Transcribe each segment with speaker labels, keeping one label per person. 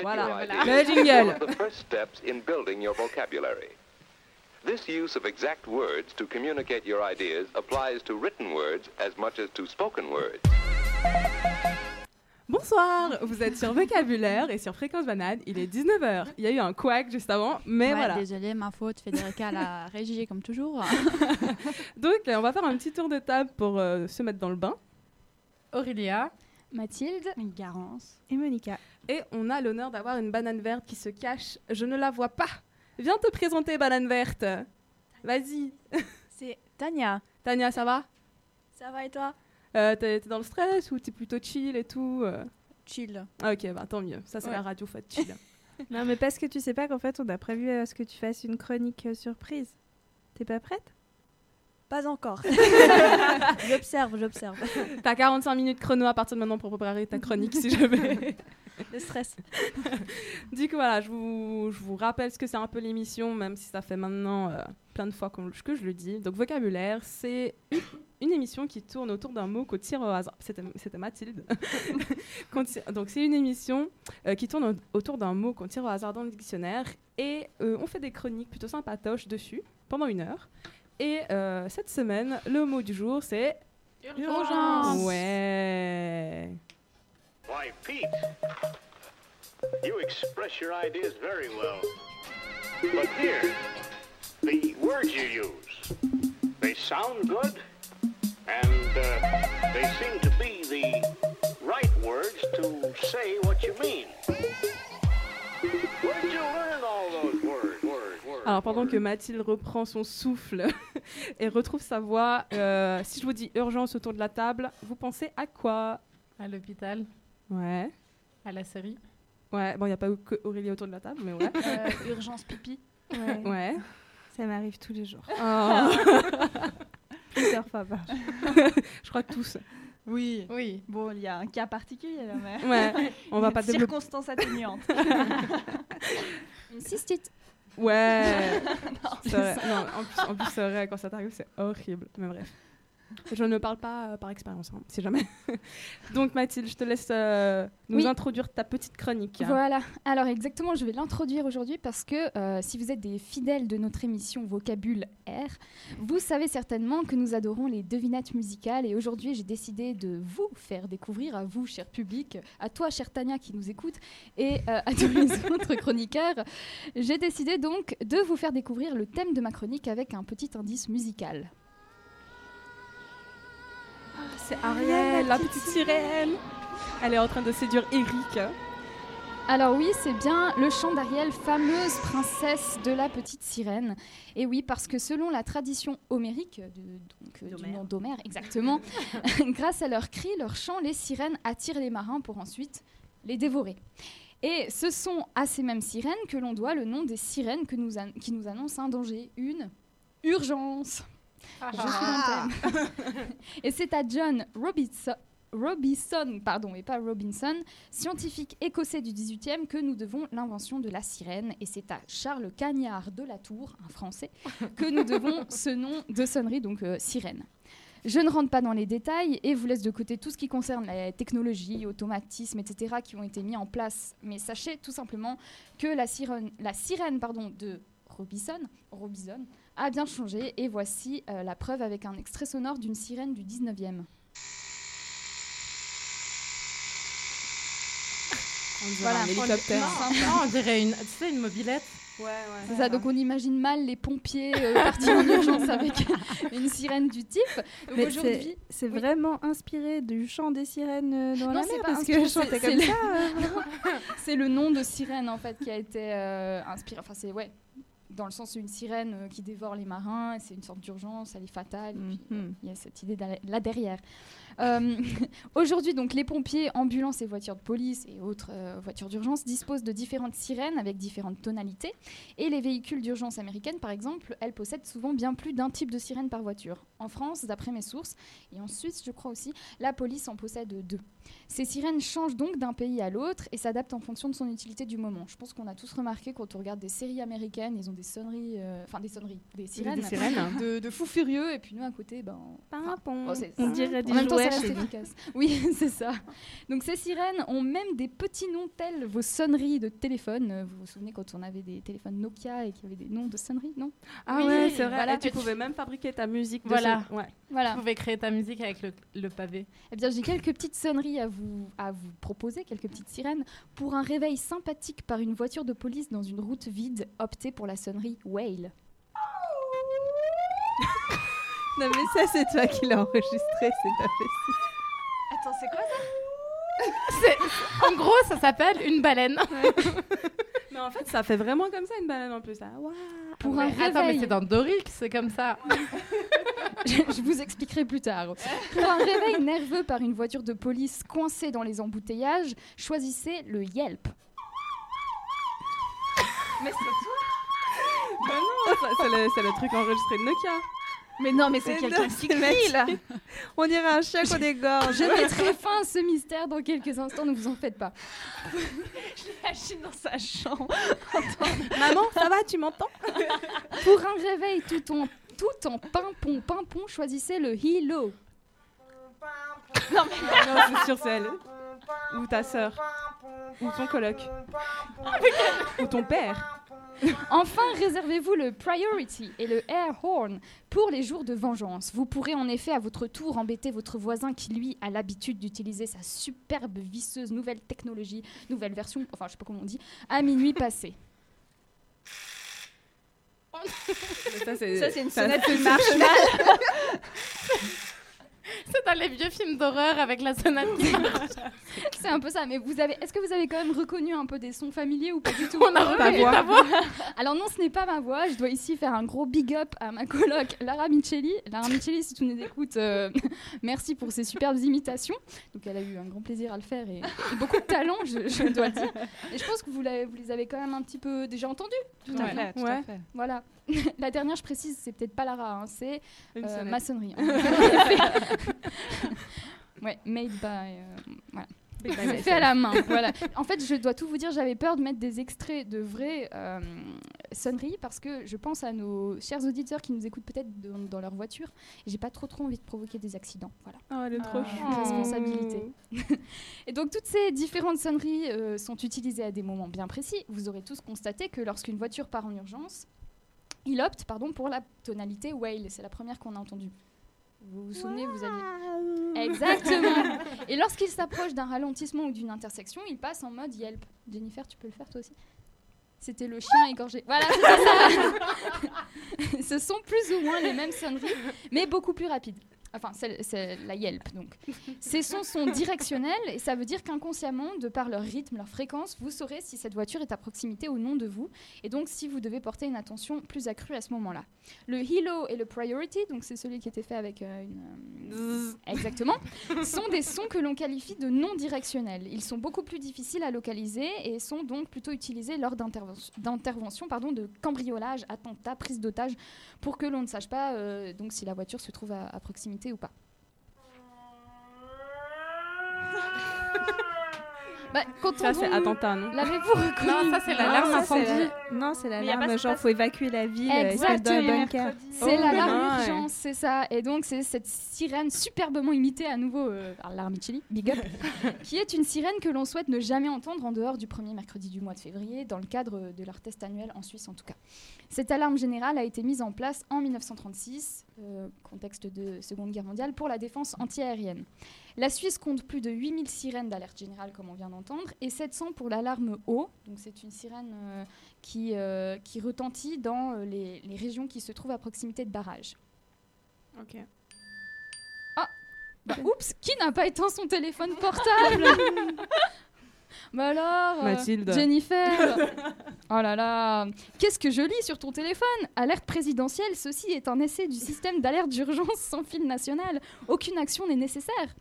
Speaker 1: Voilà.
Speaker 2: Le jingle.
Speaker 1: the first steps in building your vocabulary. This use of exact words to communicate your ideas applies to written words as much as to spoken words.
Speaker 2: Bonsoir, vous êtes sur Vocabulaire et sur Fréquence Banane, il est 19h. Il y a eu un couac juste avant, mais
Speaker 3: Ouais,
Speaker 2: voilà.
Speaker 3: Désolée, ma faute, Federica la régie comme toujours.
Speaker 2: Donc, euh, on va faire un petit tour de table pour euh, se mettre dans le bain.
Speaker 4: Aurélia.
Speaker 5: Mathilde
Speaker 3: Garance.
Speaker 5: et Monica.
Speaker 2: Et on a l'honneur d'avoir une banane verte qui se cache. Je ne la vois pas. Viens te présenter, banane verte. Vas-y.
Speaker 5: C'est Tania.
Speaker 2: Tania, ça va
Speaker 5: Ça va et toi
Speaker 2: Euh, T'es t'es dans le stress ou t'es plutôt chill et tout euh
Speaker 3: Chill.
Speaker 2: Ah, ok, bah tant mieux. Ça, c'est
Speaker 4: Ouais.
Speaker 2: la radio, faut être chill.
Speaker 5: Non, mais parce que tu sais pas qu'en fait, on a prévu à ce que tu fasses une chronique euh, surprise. T'es pas prête
Speaker 3: Pas encore. j'observe, j'observe.
Speaker 2: T'as 45 minutes chrono à partir de maintenant pour préparer ta chronique, si jamais.
Speaker 3: Le stress.
Speaker 2: Du coup, voilà, je vous, je vous rappelle ce que c'est un peu l'émission, même si ça fait maintenant euh, plein de fois qu'on- que je le dis. Donc, vocabulaire, c'est une émission qui tourne autour d'un mot qu'on tire au hasard. C'était c'était Mathilde. Qu'on tire- Donc, c'est une émission euh, qui tourne au- autour d'un mot qu'on tire au hasard dans le dictionnaire. Et euh, on fait des chroniques plutôt sympatoches dessus pendant une heure. Et euh, cette semaine, le mot du jour, c'est.
Speaker 4: Urgence.
Speaker 2: Ouais.
Speaker 6: Why, Pete, you express your ideas very well. But here, the words you use, they sound good, and uh, they seem to be the right words to say what you mean. Where'd you learn all those words? words, words
Speaker 2: Alors pendant
Speaker 6: words?
Speaker 2: que Mathilde reprend son souffle et retrouve sa voix, euh, si je vous dis urgence autour de la table, vous pensez à quoi
Speaker 4: À l'hôpital,
Speaker 2: Ouais.
Speaker 4: à la série.
Speaker 2: Ouais, bon, il n'y a pas eu que Aurélie autour de la table, mais ouais.
Speaker 4: Euh,
Speaker 3: urgence pipi.
Speaker 5: Ouais.
Speaker 2: ouais.
Speaker 5: Ça m'arrive tous les jours.
Speaker 2: Oh,
Speaker 5: Plusieurs fois par jour.
Speaker 2: je crois que tous.
Speaker 7: Oui.
Speaker 4: Oui.
Speaker 7: Bon, il y a un cas particulier là, mais.
Speaker 2: Ouais, on va pas développer.
Speaker 7: Circonstances atténuantes.
Speaker 3: Une cystite.
Speaker 2: Ouais. C'est vrai. Non, en plus, en plus, c'est vrai, quand ça t'arrive, c'est horrible. Mais bref. Je ne parle pas euh, par expérience, hein, si jamais. Donc Mathilde, je te laisse euh, nous
Speaker 8: Oui.
Speaker 2: introduire ta petite chronique. hein.
Speaker 8: Voilà, alors exactement, je vais l'introduire aujourd'hui parce que euh, si vous êtes des fidèles de notre émission Vocabule R, vous savez certainement que nous adorons les devinettes musicales et aujourd'hui j'ai décidé de vous faire découvrir, à vous, cher public, à toi, chère Tania qui nous écoute et euh, à tous les autres chroniqueurs, j'ai décidé donc de vous faire découvrir le thème de ma chronique avec un petit indice musical.
Speaker 2: C'est Ariel, la petite sirène. Elle est en train de séduire Eric. hein.
Speaker 8: Alors oui, c'est bien le chant d'Ariel, fameuse princesse de la petite sirène. Et oui, parce que selon la tradition homérique, de- donc euh, du
Speaker 7: D'Homère.
Speaker 8: nom d'Homère exactement, grâce à leurs cris, leurs chants, les sirènes attirent les marins pour ensuite les dévorer. Et ce sont à ces mêmes sirènes que l'on doit le nom des sirènes que nous an- qui nous annoncent un danger, une urgence.
Speaker 4: Ah,
Speaker 8: Je suis dans le thème. et c'est à John Robinson, Robinson, pardon, et pas Robinson, scientifique écossais du 18e, que nous devons l'invention de la sirène. Et c'est à Charles Cagnard de la Tour, un Français, que nous devons ce nom de sonnerie, donc euh, sirène. Je ne rentre pas dans les détails et vous laisse de côté tout ce qui concerne la technologie, automatisme, etc., qui ont été mis en place. Mais sachez tout simplement que la sirène, la sirène pardon, de Robinson, Robinson a bien changé et voici euh, la preuve avec un extrait sonore d'une sirène du 19e.
Speaker 2: Voilà, un hélicoptère.
Speaker 4: Non, on dirait une, tu sais, une mobilette.
Speaker 8: C'est ça, donc on imagine mal les pompiers euh, partir en urgence avec une sirène du type. Donc
Speaker 5: Mais
Speaker 8: Aujourd'hui,
Speaker 5: c'est- c'est
Speaker 8: oui.
Speaker 5: vraiment inspiré du chant des sirènes euh, dans
Speaker 8: Non,
Speaker 5: la
Speaker 8: c'est
Speaker 5: mer
Speaker 8: pas
Speaker 5: parce que
Speaker 8: inspiré,
Speaker 5: je chantais
Speaker 8: c'est-
Speaker 5: comme
Speaker 8: c'est
Speaker 5: ça. euh,
Speaker 8: c'est le nom de sirène en fait qui a été euh, inspiré. Enfin, c'est ouais, dans le sens c'est une sirène euh, qui dévore les marins. et C'est une sorte d'urgence, elle est fatale. et puis, euh,
Speaker 5: Mhm.
Speaker 8: Il y a cette idée d'aller- là derrière. Euh, Aujourd'hui, donc, les pompiers, ambulances et voitures de police et autres euh, voitures d'urgence disposent de différentes sirènes avec différentes tonalités. Et les véhicules d'urgence américaines, par exemple, elles possèdent souvent bien plus d'un type de sirène par voiture. En France, d'après mes sources, et en Suisse, je crois aussi, la police en possède deux. Ces sirènes changent donc d'un pays à l'autre et s'adaptent en fonction de son utilité du moment. Je pense qu'on a tous remarqué quand on regarde des séries américaines, ils ont des sonneries, euh, enfin des sonneries, des sirènes,
Speaker 2: sirènes.
Speaker 9: hein,
Speaker 8: de, de fous furieux, et puis nous à côté, ben. enfin,
Speaker 5: Pimpon.
Speaker 8: oh, c'est-
Speaker 5: On dirait des
Speaker 8: en même temps,
Speaker 5: jouets
Speaker 8: ça
Speaker 9: wesh,
Speaker 8: reste
Speaker 9: et tout.
Speaker 8: efficace. Oui, c'est ça. Donc ces sirènes ont même des petits noms tels vos sonneries de téléphone. Euh, Vous vous souvenez quand on avait des téléphones Nokia et qu'il y avait des noms de sonneries, non
Speaker 2: Ah
Speaker 8: Oui,
Speaker 2: ouais, c'est vrai.
Speaker 8: voilà.
Speaker 2: Et tu pouvais même fabriquer ta musique. de
Speaker 8: Voilà.
Speaker 2: son- ouais.
Speaker 8: Voilà.
Speaker 4: Vous pouvez créer ta musique avec le, le pavé.
Speaker 8: Eh bien, j'ai quelques petites sonneries à vous, à vous proposer, quelques petites sirènes. Pour un réveil sympathique par une voiture de police dans une route vide, optez pour la sonnerie Whale.
Speaker 5: Non, mais ça, c'est toi qui l'as enregistré, c'est pas possible.
Speaker 9: Attends, c'est quoi ça
Speaker 4: En gros, ça s'appelle une baleine.
Speaker 2: Mais en fait, ça fait vraiment comme ça une baleine en plus. Ah, waouh.
Speaker 8: Pour un
Speaker 4: Mais
Speaker 8: réveil.
Speaker 4: Attends, mais c'est dans Doric, c'est comme ça.
Speaker 8: je, je vous expliquerai plus tard. Pour un réveil nerveux par une voiture de police coincée dans les embouteillages, choisissez le Yelp.
Speaker 9: Mais c'est toi
Speaker 2: Bah non, ça- c'est le, c'est le truc enregistré de Nokia.
Speaker 9: Mais non, mais c'est
Speaker 5: Mais
Speaker 9: quelqu'un
Speaker 5: non,
Speaker 9: qui
Speaker 5: c'est Mathilde.
Speaker 9: crie là.
Speaker 5: On dirait un chat qu'on dégorge.
Speaker 8: Je mettrai fin à ce mystère dans quelques instants, ne vous en faites pas.
Speaker 9: Machine dans sa chambre.
Speaker 2: Maman, ça va, tu m'entends
Speaker 8: Pour un réveil tout en, tout en pimpon, pimpon, choisissez le Hilo.
Speaker 2: Non, c'est sûr, c'est elle. Ou ta sœur. Ou ton coloc. Ou ton père.
Speaker 8: Enfin, réservez-vous le Priority et le Air Horn pour les jours de vengeance. Vous pourrez en effet à votre tour embêter votre voisin qui, lui, a l'habitude d'utiliser sa superbe visseuse nouvelle technologie, nouvelle version, enfin je sais pas comment on dit, à minuit passé.
Speaker 2: Ça, c'est
Speaker 9: Ça, c'est une
Speaker 2: ça-
Speaker 9: sonnette qui marche mal.
Speaker 4: C'est dans les vieux films d'horreur avec la sonate qui marche.
Speaker 8: C'est un peu ça, mais vous avez, est-ce que vous avez quand même reconnu un peu des sons familiers ou pas du tout
Speaker 4: On a reconnu ta voix.
Speaker 8: Alors non, ce n'est pas ma voix. Je dois ici faire un gros big up à ma coloc Lara Micheli. Lara Micheli, si tu nous écoutes, euh, merci pour ses superbes imitations. Donc elle a eu un grand plaisir à le faire et, et beaucoup de talent, je, je dois le dire. Et je pense que vous, l'avez- vous les avez quand même un petit peu déjà entendus.
Speaker 9: Tout à
Speaker 4: Ouais.
Speaker 9: fait, tout à
Speaker 2: Ouais.
Speaker 9: fait.
Speaker 8: Voilà. La dernière, je précise, c'est peut-être pas Lara, hein, c'est
Speaker 2: une
Speaker 8: euh,
Speaker 2: sonnette.
Speaker 8: maçonnerie. ouais, made by. euh, voilà. C'est fait à la main. voilà. En fait, je dois tout vous dire, j'avais peur de mettre des extraits de vraies euh, sonneries parce que je pense à nos chers auditeurs qui nous écoutent peut-être dans, dans leur voiture. Et J'ai pas trop trop envie de provoquer des accidents. Voilà.
Speaker 2: Oh, elle est trop
Speaker 9: Ah.
Speaker 2: chou.
Speaker 8: Responsabilité. Et donc toutes ces différentes sonneries euh, sont utilisées à des moments bien précis. Vous aurez tous constaté que lorsqu'une voiture part en urgence, il opte pardon pour la tonalité whale. C'est la première qu'on a entendue. Vous vous souvenez, vous aviez Exactement. Et lorsqu'il s'approche d'un ralentissement ou d'une intersection, il passe en mode Yelp. Jennifer, tu peux le faire toi aussi C'était le chien égorgé. Voilà, c'était ça. Ce sont plus ou moins les mêmes sonneries, mais beaucoup plus rapides. Enfin, c'est c'est la Yelp, donc. Ces sons sont directionnels, et ça veut dire qu'inconsciemment, de par leur rythme, leur fréquence, vous saurez si cette voiture est à proximité ou non de vous, et donc si vous devez porter une attention plus accrue à ce moment-là. Le Hilo et le Priority, donc c'est celui qui était fait avec euh, une, euh, Exactement. sont des sons que l'on qualifie de non directionnels. Ils sont beaucoup plus difficiles à localiser et sont donc plutôt utilisés lors d'interven- d'interventions, pardon, de cambriolage, attentat, prise d'otage, pour que l'on ne sache pas euh, donc si la voiture se trouve à, à proximité ou pas. Bah, quand
Speaker 2: Ça,
Speaker 8: on
Speaker 2: c'est attentat, non
Speaker 8: L'avez-vous reconnu
Speaker 4: Non, ça c'est l'alarme
Speaker 5: Non, ça, c'est
Speaker 4: incendie.
Speaker 5: la- Non, c'est
Speaker 9: Mais y a pas
Speaker 5: l'alarme,
Speaker 9: ce
Speaker 5: genre,
Speaker 9: passe-
Speaker 5: faut évacuer la ville, euh, est-ce qu'elle est dans le bunker
Speaker 8: C'est
Speaker 2: Oh,
Speaker 8: la
Speaker 2: ouais.
Speaker 8: l'alarme d'urgence, c'est ça. Et donc, c'est cette sirène superbement imitée à nouveau euh, par l'armée Chili, big up, qui est une sirène que l'on souhaite ne jamais entendre en dehors du premier mercredi du mois de février, dans le cadre de leur test annuel en Suisse en tout cas. Cette alarme générale a été mise en place en 1936, euh, contexte de Seconde Guerre mondiale, pour la défense antiaérienne. La Suisse compte plus de 8000 sirènes d'alerte générale, comme on vient d'entendre, et 700 pour l'alarme O. Donc, c'est une sirène euh, qui, euh, qui retentit dans euh, les, les régions qui se trouvent à proximité de barrages.
Speaker 2: Ok.
Speaker 8: Bah, oups, qui n'a pas éteint son téléphone portable Bah alors, euh,
Speaker 2: Mathilde.
Speaker 8: Jennifer. Oh là là, qu'est-ce que je lis sur ton téléphone Alerte présidentielle, ceci est un essai du système d'alerte d'urgence sans fil national. Aucune action n'est nécessaire.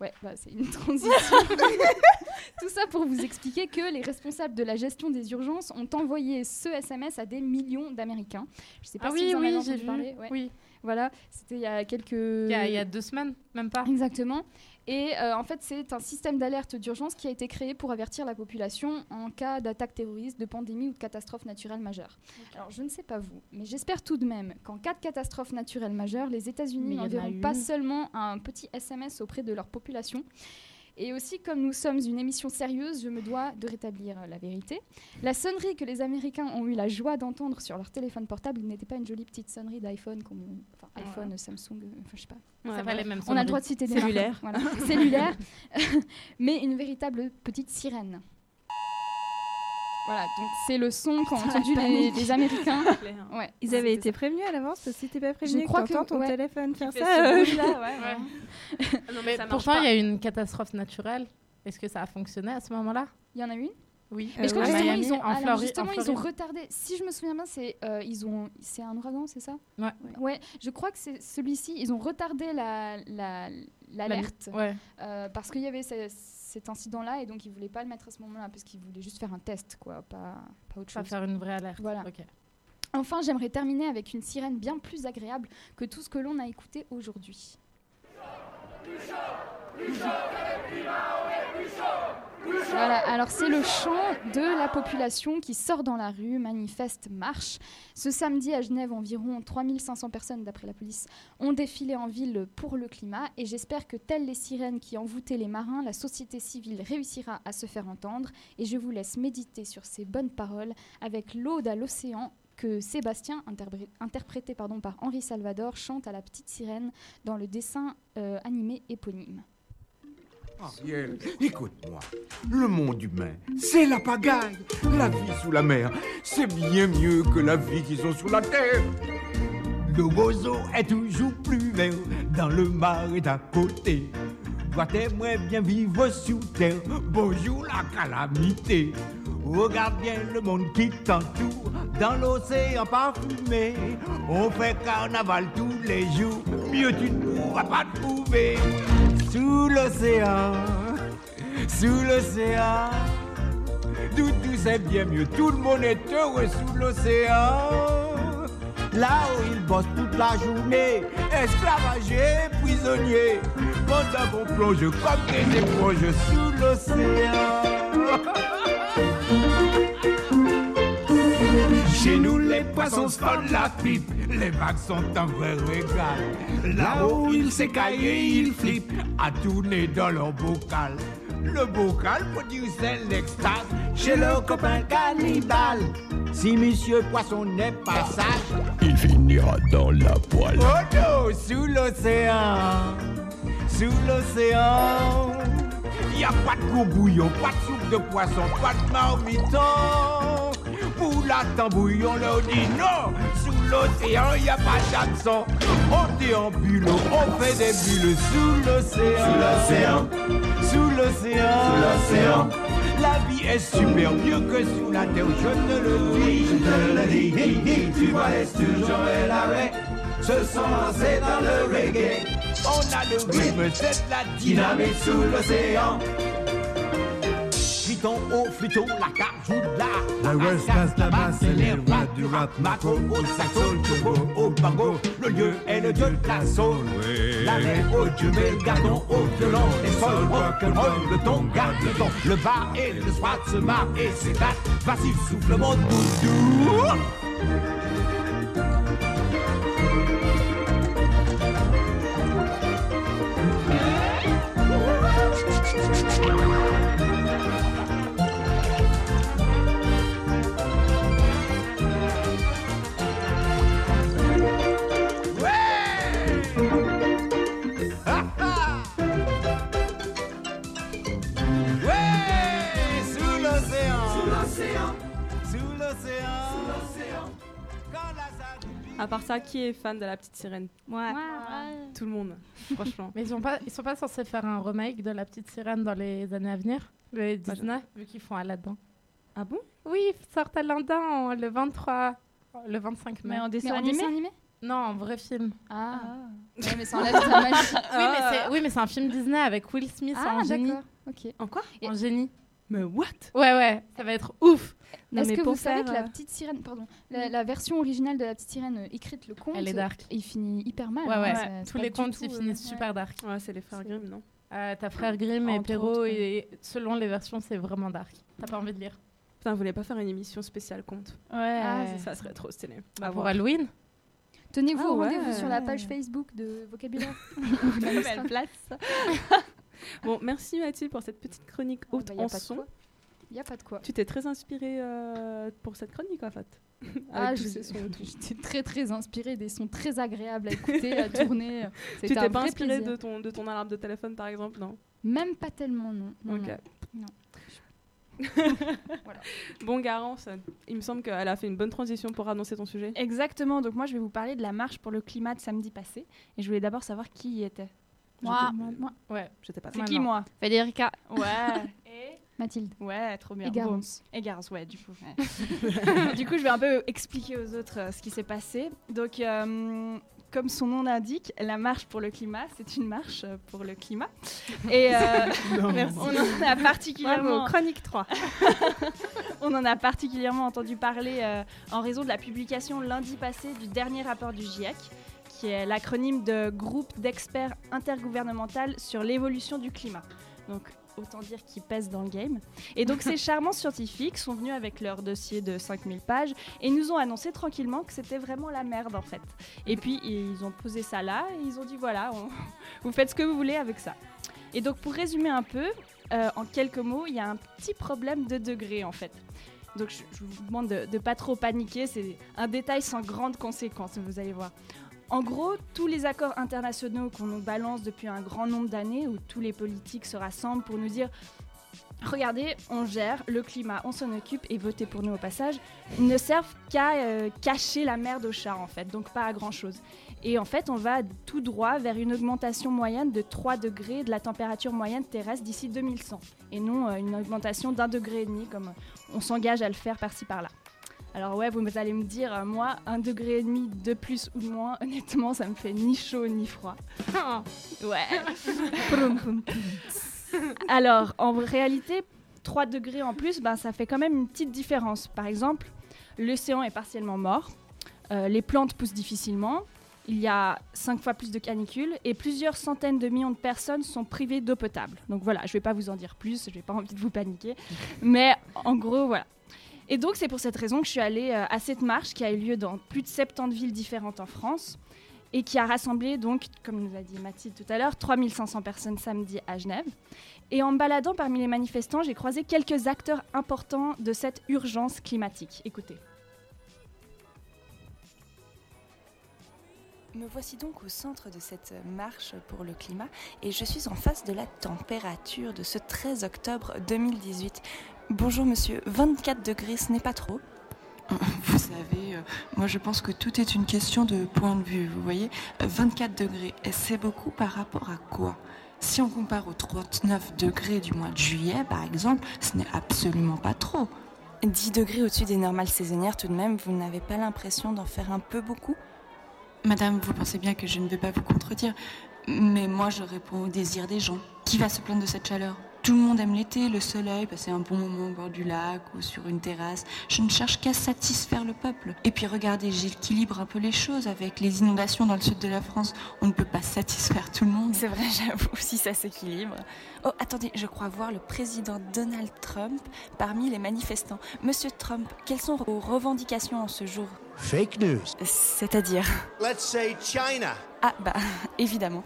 Speaker 8: Ouais, bah, c'est une transition. Tout ça pour vous expliquer que les responsables de la gestion des urgences ont envoyé ce SMS à des millions d'Américains. Je sais pas
Speaker 4: Ah
Speaker 8: si
Speaker 4: oui,
Speaker 8: vous en avez
Speaker 4: oui,
Speaker 8: entendu
Speaker 4: j'ai vu.
Speaker 8: parler. Ouais.
Speaker 4: Oui.
Speaker 8: Voilà, c'était il y a quelques...
Speaker 4: Il y, a, il y a deux semaines, même pas.
Speaker 8: Exactement. Et euh, en fait, c'est un système d'alerte d'urgence qui a été créé pour avertir la population en cas d'attaque terroriste, de pandémie ou de catastrophe naturelle majeure. Alors, je ne sais pas vous, mais j'espère tout de même qu'en cas de catastrophe naturelle majeure, les
Speaker 4: Mais
Speaker 8: États-Unis
Speaker 4: il y en a
Speaker 8: n'enverront pas
Speaker 4: une.
Speaker 8: seulement un petit SMS auprès de leur population. Et aussi, comme nous sommes une émission sérieuse, je me dois de rétablir euh, la vérité. La sonnerie que les Américains ont eu la joie d'entendre sur leur téléphone portable n'était pas une jolie petite sonnerie d'iPhone, comme enfin,
Speaker 4: Ah, Ouais.
Speaker 8: iPhone, Samsung, euh, enfin je sais pas.
Speaker 4: Ouais, Ça va, bref. les mêmes
Speaker 8: On a
Speaker 4: sonneries.
Speaker 8: le droit de citer des marques.
Speaker 4: Cellulaire.
Speaker 8: Voilà, cellulaire, mais une véritable petite sirène. Voilà, donc c'est le son
Speaker 5: Putain,
Speaker 8: qu'ont
Speaker 5: la
Speaker 8: entendu les,
Speaker 5: panique.
Speaker 8: les Américains.
Speaker 5: Clair.
Speaker 8: Ouais,
Speaker 5: Ils avaient
Speaker 8: c'était
Speaker 5: été prévenus à l'avance, parce que si t'es pas prévenu,
Speaker 8: crois
Speaker 5: que t'entends
Speaker 8: que-
Speaker 5: ton
Speaker 8: ouais.
Speaker 5: téléphone faire
Speaker 8: fait
Speaker 5: ça.
Speaker 8: ce
Speaker 5: euh,
Speaker 8: bruit-là, ouais,
Speaker 4: Ouais.
Speaker 2: non,
Speaker 4: mais
Speaker 2: ça marche
Speaker 4: pourtant, il y
Speaker 2: pas.
Speaker 4: a eu une catastrophe naturelle. Est-ce que ça a fonctionné à ce moment-là
Speaker 8: Il y en a une
Speaker 4: Oui.
Speaker 8: Mais je crois
Speaker 4: à
Speaker 8: que justement,
Speaker 4: Miami,
Speaker 8: ils ont,
Speaker 4: en
Speaker 8: alors,
Speaker 4: Flori-
Speaker 8: justement,
Speaker 4: en
Speaker 8: ils ont
Speaker 4: Floride.
Speaker 8: retardé. Si je me souviens bien, c'est euh, ils ont, c'est un ouragan, c'est ça
Speaker 4: Ouais.
Speaker 8: Ouais. Je crois que c'est celui-ci. Ils ont retardé la la- l'alerte
Speaker 4: ouais.
Speaker 8: euh, parce qu'il y avait ce- cet incident-là et donc ils voulaient pas le mettre à ce moment-là parce qu'ils voulaient juste faire un test, quoi, pas pas autre
Speaker 4: Pas
Speaker 8: chose.
Speaker 4: faire une vraie alerte.
Speaker 8: Voilà.
Speaker 4: Ok.
Speaker 8: Enfin, j'aimerais terminer avec une sirène bien plus agréable que tout ce que l'on a écouté aujourd'hui. Voilà, alors c'est le chant de la population qui sort dans la rue, manifeste, marche. Ce samedi à Genève, environ 3500 personnes, d'après la police, ont défilé en ville pour le climat. Et j'espère que, telles les sirènes qui envoûtaient les marins, la société civile réussira à se faire entendre. Et je vous laisse méditer sur ces bonnes paroles avec l'Aude à l'océan que Sébastien, interpré- interprété pardon, par Henri Salvador, chante à la petite sirène dans le dessin euh, animé éponyme.
Speaker 10: Ciel, écoute-moi. Le monde humain, c'est la pagaille. La vie sous la mer, c'est bien mieux que la vie qu'ils ont sous la terre. Le oiseau est toujours plus vert dans le marais d'à côté. Toi, t'aimerais bien vivre sous terre. Bonjour la calamité. Regarde bien le monde qui t'entoure dans l'océan parfumé. On fait carnaval tous les jours. Mieux tu ne pourras pas trouver. Sous l'océan, sous l'océan, tout, tout c'est bien mieux. Tout le monde est heureux sous l'océan. Là où ils bossent toute la journée, esclavagés, prisonniers, pendant qu'on bon plonge comme des éponges sous l'océan. Chez nous, les poissons se font la pipe, les vagues sont un vrai régal. Là-haut, ils s'écaillent et ils flippent à tourner dans leur bocal. Le bocal produit c'est l'extase chez le copain cannibale. Si monsieur poisson n'est pas sage, il finira dans la poêle. Oh non, sous l'océan, sous l'océan, y a pas de gros bouillon, pas de soupe de poisson, pas de marmiton. Pour la tambouille, on leur dit non, sous l'océan, y a pas d'absent. On déambule, on fait des bulles sous l'océan, sous l'océan, sous l'océan. La vie est super mieux que sous la terre, je te le dis, je te le dis, hi, hi, tu vois les sturgeons et la raie se sont lancés dans le reggae. On a le rythme, c'est de la dynamite sous l'océan. Friton, oh friton, la cajoula, la rascasse, la basse, c'est les rois du rap, macro, au saxo, le turbo, au bango, le lieu est le dieu de la soul. La raie au jumel, le gardon, au violon, les sols, rock'n'roll, le ton, garde le ton, le bas et le swat se marrent et s'éclatent, facile, souffle, monde, tout Ouais, sous l'océan. Sous l'océan. Sous l'océan.
Speaker 2: À part ça, qui est fan de la petite sirène
Speaker 5: Ouais.
Speaker 2: Tout le monde, franchement.
Speaker 4: Mais ils sont, pas, ils sont pas censés faire un remake de La Petite Sirène dans les années à venir Les
Speaker 2: Bah, je-
Speaker 4: Disney, vu qu'ils font Aladdin.
Speaker 2: Ah bon
Speaker 4: Oui, ils sortent Aladdin en- le 23, le 25 mai.
Speaker 7: Mais en dessin
Speaker 4: en
Speaker 7: animé
Speaker 4: Non, en vrai film.
Speaker 8: Ah.
Speaker 4: Oui,
Speaker 8: mais ça enlève sa magie.
Speaker 4: mais c'est- oui, mais c'est un film Disney avec Will Smith
Speaker 8: Ah,
Speaker 4: en génie.
Speaker 8: d'accord. Ok.
Speaker 2: En quoi
Speaker 4: En génie.
Speaker 2: Mais what
Speaker 4: Ouais, ouais, ça va être ouf.
Speaker 8: Est-ce que vous savez
Speaker 4: euh,
Speaker 8: que la
Speaker 2: euh,
Speaker 8: petite sirène, pardon, la, la version originale de la petite sirène euh, écrite le conte,
Speaker 4: Elle est dark.
Speaker 8: il finit hyper mal.
Speaker 4: Ouais,
Speaker 8: hein,
Speaker 4: ouais.
Speaker 8: c'est- c'est
Speaker 4: Tous
Speaker 8: pas
Speaker 4: les
Speaker 8: du
Speaker 4: contes,
Speaker 8: tout,
Speaker 4: ils
Speaker 8: euh,
Speaker 4: finissent
Speaker 8: ouais.
Speaker 4: super dark.
Speaker 2: Ouais, c'est les frères Grimm, non
Speaker 4: Euh, t'as Frère Grimm et
Speaker 2: Entre
Speaker 4: Perrault,
Speaker 2: autres,
Speaker 4: et selon les versions, c'est vraiment dark. T'as pas envie de lire
Speaker 2: Putain, vous voulez pas faire une émission spéciale conte
Speaker 4: Ouais. Ah,
Speaker 2: Ah, c'est- ça serait trop stylé. Bah,
Speaker 4: pour Halloween
Speaker 8: Tenez-vous
Speaker 2: Ah
Speaker 8: au
Speaker 2: ouais.
Speaker 8: rendez-vous sur la page Facebook de Vocabulaire.
Speaker 2: Nouvelle place. bon, merci Mathilde pour cette petite chronique haute
Speaker 8: bah, y a
Speaker 2: en
Speaker 8: pas de
Speaker 2: son.
Speaker 8: quoi. Il n'y a pas de quoi.
Speaker 2: Tu t'es très inspirée euh, pour cette chronique en fait.
Speaker 8: Ah,
Speaker 2: Avec tous
Speaker 8: je-
Speaker 2: ces sons et tout.
Speaker 8: j'étais très très inspirée, des sons très agréables à écouter, à tourner.
Speaker 2: Tu
Speaker 8: C'était
Speaker 2: t'es
Speaker 8: un
Speaker 2: pas
Speaker 8: vrai
Speaker 2: inspirée
Speaker 8: plaisir.
Speaker 2: de ton, de ton alarme de téléphone par exemple, non
Speaker 8: Même pas tellement, non. non,
Speaker 2: Ok.
Speaker 8: non. Non.
Speaker 2: Bon, Garance, il me semble qu'elle a fait une bonne transition pour annoncer ton sujet.
Speaker 9: Exactement, donc moi je vais vous parler de la marche pour le climat de samedi passé. Et je voulais d'abord savoir qui y était.
Speaker 2: Moi.
Speaker 4: Ouais.
Speaker 2: J'étais pas
Speaker 9: C'est qui moi
Speaker 8: Federica.
Speaker 9: Ouais. Et
Speaker 8: Mathilde.
Speaker 9: Ouais, trop bien.
Speaker 8: Et Garance.
Speaker 9: Bon. Et Garance, ouais, du coup. ouais. du coup, je vais un peu expliquer aux autres euh, ce qui s'est passé. Donc, euh, comme son nom l'indique, la marche pour le climat, c'est une marche euh, pour le climat. Et euh,
Speaker 5: Non.
Speaker 9: merci. on en a particulièrement.
Speaker 5: Bravo, chronique 3.
Speaker 9: on en a particulièrement entendu parler euh, en raison de la publication lundi passé du dernier rapport du GIEC qui est l'acronyme de groupe d'experts intergouvernemental sur l'évolution du climat. Donc autant dire qu'ils pèsent dans le game. Et donc ces charmants scientifiques sont venus avec leur dossier de 5000 pages et nous ont annoncé tranquillement que c'était vraiment la merde en fait. Et puis ils ont posé ça là et ils ont dit voilà, on- vous faites ce que vous voulez avec ça. Et donc pour résumer un peu, euh, en quelques mots, il y a un petit problème de degré en fait. Donc je, je vous demande de ne pas trop paniquer, c'est un détail sans grande conséquence, vous allez voir. En gros, tous les accords internationaux qu'on nous balance depuis un grand nombre d'années, où tous les politiques se rassemblent pour nous dire Regardez, on gère le climat, on s'en occupe et votez pour nous au passage, ne servent qu'à euh, cacher la merde au char en fait, donc pas à grand chose. Et en fait, on va tout droit vers une augmentation moyenne de 3 degrés de la température moyenne terrestre d'ici 2100, et non euh, une augmentation d'un degré et demi comme on s'engage à le faire par-ci par-là. Alors ouais, vous allez me dire, euh, moi, un degré et demi de plus ou de moins, honnêtement, ça me fait ni chaud ni froid.
Speaker 2: Oh,
Speaker 9: ouais. Alors, en réalité, 3 degrés en plus, ben, ça fait quand même une petite différence. Par exemple, l'océan est partiellement mort, euh, les plantes poussent difficilement, il y a 5 fois plus de canicules et plusieurs centaines de millions de personnes sont privées d'eau potable. Donc voilà, je ne vais pas vous en dire plus, je n'ai pas envie de vous paniquer, mais en gros, voilà. Et donc, c'est pour cette raison que je suis allée euh, à cette marche qui a eu lieu dans plus de 70 villes différentes en France et qui a rassemblé, donc, comme nous a dit Mathilde tout à l'heure, 3500 personnes samedi à Genève. Et en me baladant parmi les manifestants, j'ai croisé quelques acteurs importants de cette urgence climatique. Écoutez.
Speaker 11: Me voici donc au centre de cette marche pour le climat et je suis en face de la température de ce 13 octobre 2018. Bonjour monsieur, 24 degrés, ce n'est pas trop
Speaker 12: Vous savez, euh, moi je pense que tout est une question de point de vue, vous voyez. Euh, 24 degrés, et c'est beaucoup par rapport à quoi Si on compare aux 39 degrés du mois de juillet, par exemple, ce n'est absolument pas trop.
Speaker 11: 10 degrés au-dessus des normales saisonnières tout de même, vous n'avez pas l'impression d'en faire un peu beaucoup
Speaker 12: Madame, vous pensez bien que je ne vais pas vous contredire, mais moi je réponds au désir des gens. Qui va se plaindre de cette chaleur Tout le monde aime l'été, le soleil, passer un bon moment au bord du lac ou sur une terrasse. Je ne cherche qu'à satisfaire le peuple. Et puis regardez, j'équilibre un peu les choses avec les inondations dans le sud de la France. On ne peut pas satisfaire tout le monde.
Speaker 11: C'est vrai, j'avoue, si ça s'équilibre. Oh, attendez, je crois voir le président Donald Trump parmi les manifestants. Monsieur Trump, quelles sont vos revendications en ce jour
Speaker 10: Fake news.
Speaker 11: C'est-à-dire
Speaker 10: Let's say China.
Speaker 11: Ah bah évidemment.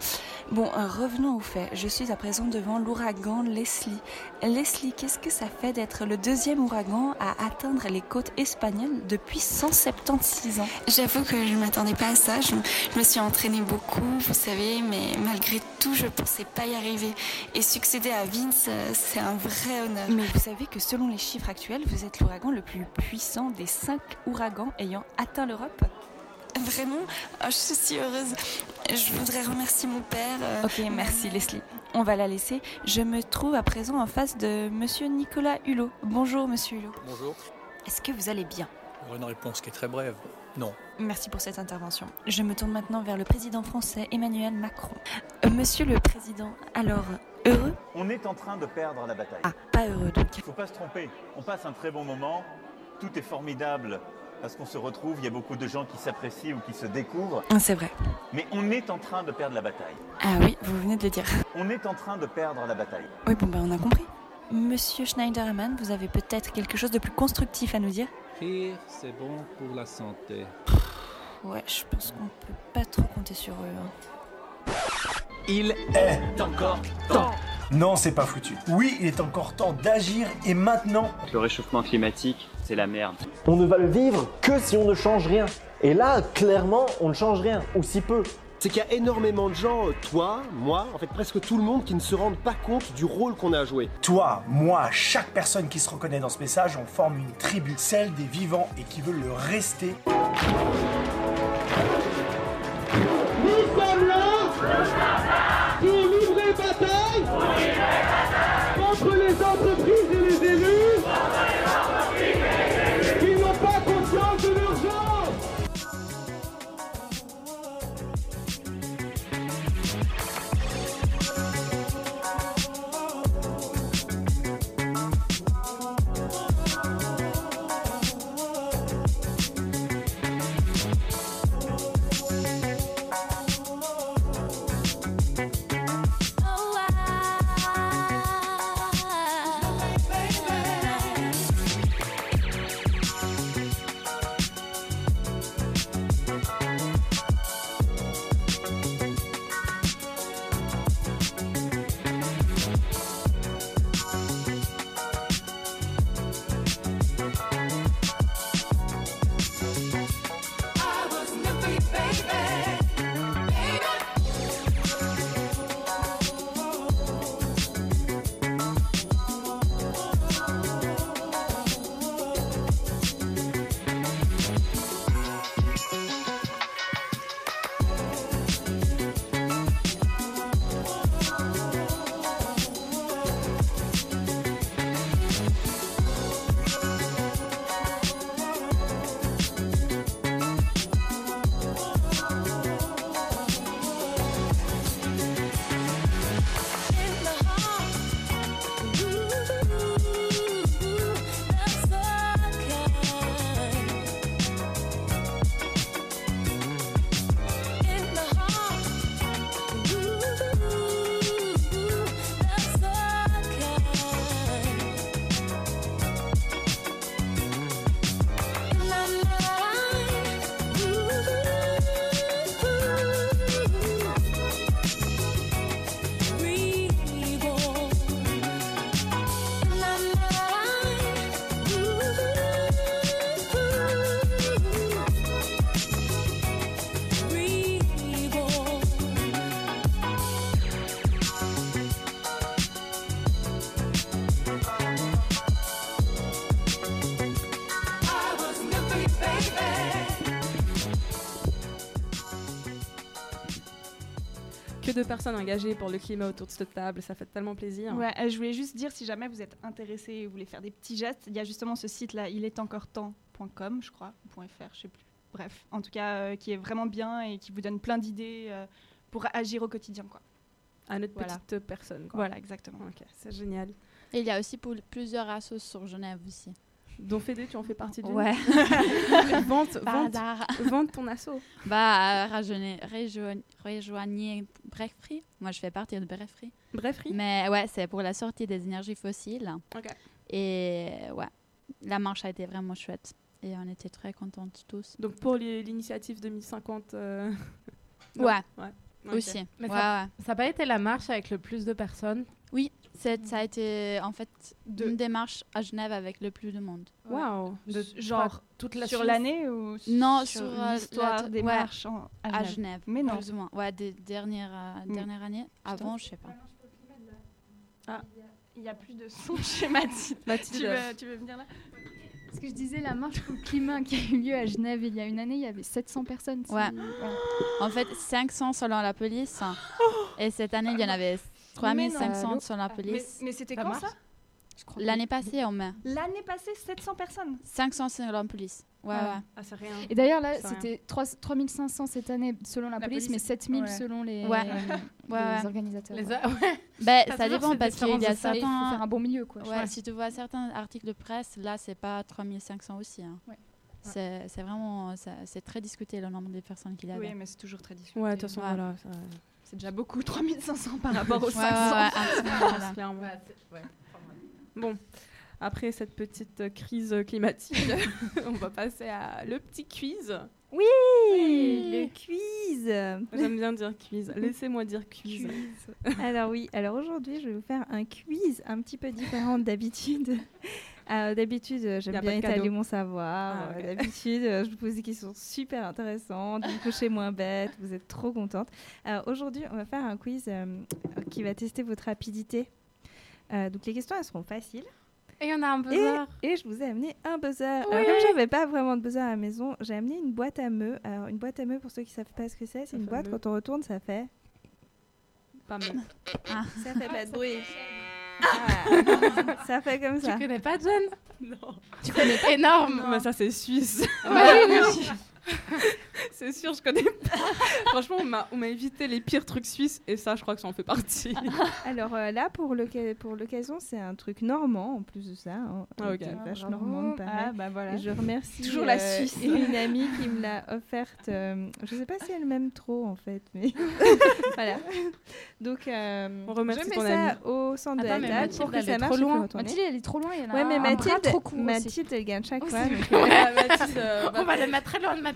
Speaker 11: Bon, euh, revenons au fait. Je suis à présent devant l'ouragan Leslie. Leslie, qu'est-ce que ça fait d'être le deuxième ouragan à atteindre les côtes espagnoles depuis 176 ans
Speaker 12: J'avoue que je ne m'attendais pas à ça. Je, je me suis entraînée beaucoup, vous savez, mais malgré tout, je ne pensais pas y arriver. Et succéder à Vince, euh, c'est un vrai honneur.
Speaker 11: Mais vous savez que selon les chiffres actuels, vous êtes l'ouragan le plus puissant des cinq ouragans ayant atteint l'Europe
Speaker 12: Vraiment, ah, je suis si heureuse. Je voudrais remercier mon père. euh,
Speaker 11: Ok, merci Leslie. On va la laisser. Je me trouve à présent en face de monsieur Nicolas Hulot. Bonjour monsieur Hulot.
Speaker 13: Bonjour.
Speaker 11: Est-ce que vous allez bien
Speaker 13: Une réponse qui est très brève. Non.
Speaker 11: Merci pour cette intervention. Je me tourne maintenant vers le président français Emmanuel Macron. Euh, Monsieur le président, alors, heureux Ah,
Speaker 14: On est en train de perdre la bataille.
Speaker 11: Pas heureux donc.
Speaker 14: Faut pas se tromper. On passe un très bon moment. Tout est formidable
Speaker 15: parce qu'on se retrouve, il y a beaucoup de gens qui s'apprécient ou qui se découvrent.
Speaker 16: Ah, C'est vrai.
Speaker 15: Mais on est en train de perdre la bataille.
Speaker 16: Ah oui, vous venez de le dire.
Speaker 15: On est en train de perdre la bataille.
Speaker 16: Oui, bon, ben on a compris.
Speaker 17: Monsieur Schneiderman, vous avez peut-être quelque chose de plus constructif à nous dire
Speaker 18: Rire, c'est bon pour la santé.
Speaker 17: Ouais, je pense qu'on peut pas trop compter sur eux. hein.
Speaker 14: Il est encore temps. Non, c'est pas foutu. Oui, il est encore temps d'agir et maintenant.
Speaker 19: Le réchauffement climatique, c'est la merde.
Speaker 20: On ne va le vivre que si on ne change rien. Et là, clairement, on ne change rien, ou si peu.
Speaker 21: C'est qu'il y a énormément de gens, euh, toi, moi, en fait presque tout le monde, qui ne se rendent pas compte du rôle qu'on a à jouer.
Speaker 14: Toi, moi, chaque personne qui se reconnaît dans ce message, on forme une tribu, celle des vivants et qui veut le rester.
Speaker 10: Nous sommes là pour livrer bataille contre les entreprises et les élus qui n'ont pas conscience de l'urgence.
Speaker 13: Oh, Que de personnes engagées pour le climat autour de cette table, ça fait tellement plaisir.
Speaker 9: Ouais, euh, je voulais juste dire, si jamais vous êtes intéressé et vous voulez faire des petits gestes, il y a justement ce site-là, il est encore temps.com, je crois, ou .fr, je sais plus. Bref, en tout cas, euh, qui est vraiment bien et qui vous donne plein d'idées euh, pour agir au quotidien, quoi.
Speaker 13: À notre
Speaker 9: Voilà.
Speaker 13: petite personne. quoi.
Speaker 9: Voilà, exactement.
Speaker 13: Ok, c'est génial.
Speaker 22: Et il y a aussi pour plusieurs assos sur Genève aussi.
Speaker 13: Dont Fédé, tu en fais partie d'une
Speaker 22: Ouais.
Speaker 13: vente,
Speaker 22: Par
Speaker 13: vente,
Speaker 22: hasard.
Speaker 13: vente ton assaut.
Speaker 22: Bah, euh, rajeunez- rejoignez, rejoignez Bref Free. Moi, je fais partie de Bref Free.
Speaker 13: Bref Free
Speaker 22: Mais ouais, c'est pour la sortie des énergies fossiles.
Speaker 13: Ok.
Speaker 22: Et ouais, la marche a été vraiment chouette. Et on était très contentes tous.
Speaker 13: Donc pour les- l'initiative 2050. euh, non,
Speaker 22: Ouais.
Speaker 13: Ok.
Speaker 22: Aussi.
Speaker 2: Mais
Speaker 22: ouais,
Speaker 2: ça
Speaker 22: ouais.
Speaker 2: n'a pas été la marche avec le plus de personnes
Speaker 22: Oui, c'est- ça a été en fait une démarche à Genève avec le plus de monde.
Speaker 13: Waouh.
Speaker 9: De- Genre,
Speaker 2: toute la
Speaker 9: sur
Speaker 2: Suisse.
Speaker 9: l'année ou
Speaker 22: Non, sur,
Speaker 9: sur
Speaker 22: euh, la-
Speaker 9: l'histoire des
Speaker 22: ouais,
Speaker 9: marches en- à Genève.
Speaker 22: Mais non. Plus ou moins. Ouais, des dernières, euh,
Speaker 9: Mm.
Speaker 22: dernières années. Avant, je sais pas.
Speaker 9: Il n'y a plus de son chez Mathilde.
Speaker 22: Mathilde.
Speaker 9: Tu veux, tu veux venir là
Speaker 8: Ce que je disais, la marche pour le climat qui a eu lieu à Genève il y a une année, il y avait 700 personnes. si-
Speaker 22: Ouais. En fait, 500 selon la police. Et cette année, il y en avait
Speaker 9: Oh Mais non.
Speaker 22: 3500
Speaker 9: Allô
Speaker 22: selon la
Speaker 9: Mais,
Speaker 22: police.
Speaker 9: mais c'était quand ça
Speaker 22: L'année passée, en mai.
Speaker 9: L'année passée, 700 personnes.
Speaker 22: 500 selon la police. Ouais,
Speaker 8: Ah.
Speaker 22: ouais.
Speaker 13: Ah, c'est rien.
Speaker 8: Et d'ailleurs, là,
Speaker 22: C'est
Speaker 8: c'était 3 3500 cette année selon la,
Speaker 22: La
Speaker 8: police,
Speaker 22: police,
Speaker 8: mais 7000
Speaker 22: ouais.
Speaker 8: selon les, euh,
Speaker 22: Ouais.
Speaker 8: les
Speaker 22: Ouais, ouais.
Speaker 8: organisateurs.
Speaker 2: Les
Speaker 8: ouais.
Speaker 2: a- ouais.
Speaker 22: Ben,
Speaker 8: T'as
Speaker 22: ça
Speaker 8: toujours
Speaker 22: dépend
Speaker 8: cette
Speaker 22: parce qu'il y a
Speaker 8: différence de salaire,
Speaker 22: certains.
Speaker 8: il faut faire un bon milieu, quoi.
Speaker 22: Ouais,
Speaker 8: Ouais.
Speaker 22: Si tu vois certains articles de presse, là, c'est pas 3500 aussi. hein. C'est c'est vraiment, ça- c'est très discuté le nombre de personnes qu'il y avait.
Speaker 9: Oui, mais c'est toujours très discuté.
Speaker 2: Ouais, de toute façon,
Speaker 22: Ouais.
Speaker 2: voilà. ça-
Speaker 9: C'est déjà beaucoup, 3500 par rapport aux
Speaker 22: Ouais,
Speaker 9: 500.
Speaker 22: ouais, ouais, absolument, voilà.
Speaker 2: Clairement. Bon, après cette petite euh, crise climatique, on va passer à le petit quiz.
Speaker 5: Oui, le quiz.
Speaker 2: J'aime bien dire quiz. Laissez-moi dire quiz.
Speaker 5: Alors oui, alors aujourd'hui, je vais vous faire un quiz un petit peu différent d'habitude. Euh, d'habitude, euh,
Speaker 2: Y
Speaker 5: j'aime
Speaker 2: a pas
Speaker 5: bien
Speaker 2: de cadeau.
Speaker 5: étaler mon savoir.
Speaker 2: Ah,
Speaker 5: Euh,
Speaker 2: ok.
Speaker 5: D'habitude, euh, je vous pose des questions super intéressantes, vous couchez moins bête, vous êtes trop contente. Euh, aujourd'hui, on va faire un quiz euh, qui va tester votre rapidité. Euh, donc les questions, elles seront faciles.
Speaker 4: Et on a un
Speaker 5: Et,
Speaker 4: buzzer.
Speaker 5: et je vous ai amené un buzzer. Alors,
Speaker 4: Ouais.
Speaker 5: comme j'avais pas vraiment de buzzer à la maison, j'ai amené une boîte à meux. Alors, une boîte à meux, pour ceux qui savent pas ce que c'est, c'est une
Speaker 2: fait
Speaker 5: boîte,
Speaker 2: meux.
Speaker 5: quand on retourne, ça fait.
Speaker 2: Pas mal.
Speaker 5: Ça fait pas de bruit. Ah. ça fait comme ça.
Speaker 4: Tu connais pas John
Speaker 2: Non.
Speaker 4: Tu connais pas énorme.
Speaker 2: Bah, ça, c'est suisse.
Speaker 4: Ouais, oui, oui.
Speaker 2: c'est sûr, je connais pas. Franchement, on m'a- on m'a évité les pires trucs suisses et ça, je crois que ça en fait partie.
Speaker 5: Alors euh, là, pour l'oc- pour l'occasion, c'est un truc normand en plus de ça. hein.
Speaker 2: Ah, ok.
Speaker 5: Des
Speaker 2: Ah,
Speaker 5: vaches
Speaker 2: bravo.
Speaker 5: normandes, pareil.
Speaker 2: Ah, bah voilà.
Speaker 5: Et je remercie
Speaker 2: Toujours la
Speaker 5: euh,
Speaker 2: Suisse.
Speaker 5: une amie qui me l'a offerte. euh, je sais pas si elle m'aime trop en fait, mais voilà. Donc euh,
Speaker 2: On remercie
Speaker 5: je mets
Speaker 2: ton
Speaker 5: ça
Speaker 2: amie.
Speaker 5: au centre de
Speaker 2: Attends,
Speaker 5: la
Speaker 2: mais
Speaker 5: table
Speaker 2: Mathilde,
Speaker 5: pour que
Speaker 2: elle
Speaker 5: ça
Speaker 2: est
Speaker 5: marche.
Speaker 2: trop
Speaker 5: il faut
Speaker 2: loin.
Speaker 5: retourner.
Speaker 8: Mathilde, elle est trop loin et elle hein. a
Speaker 5: Ouais, mais
Speaker 8: un bras
Speaker 5: Mathilde,
Speaker 8: trop court aussi.
Speaker 5: Mathilde, elle gagne chaque
Speaker 8: Oui,
Speaker 5: fois.
Speaker 8: c'est
Speaker 5: donc,
Speaker 8: vrai.
Speaker 5: euh,
Speaker 2: Mathilde, euh,
Speaker 4: On va le mettre très loin de Mathilde.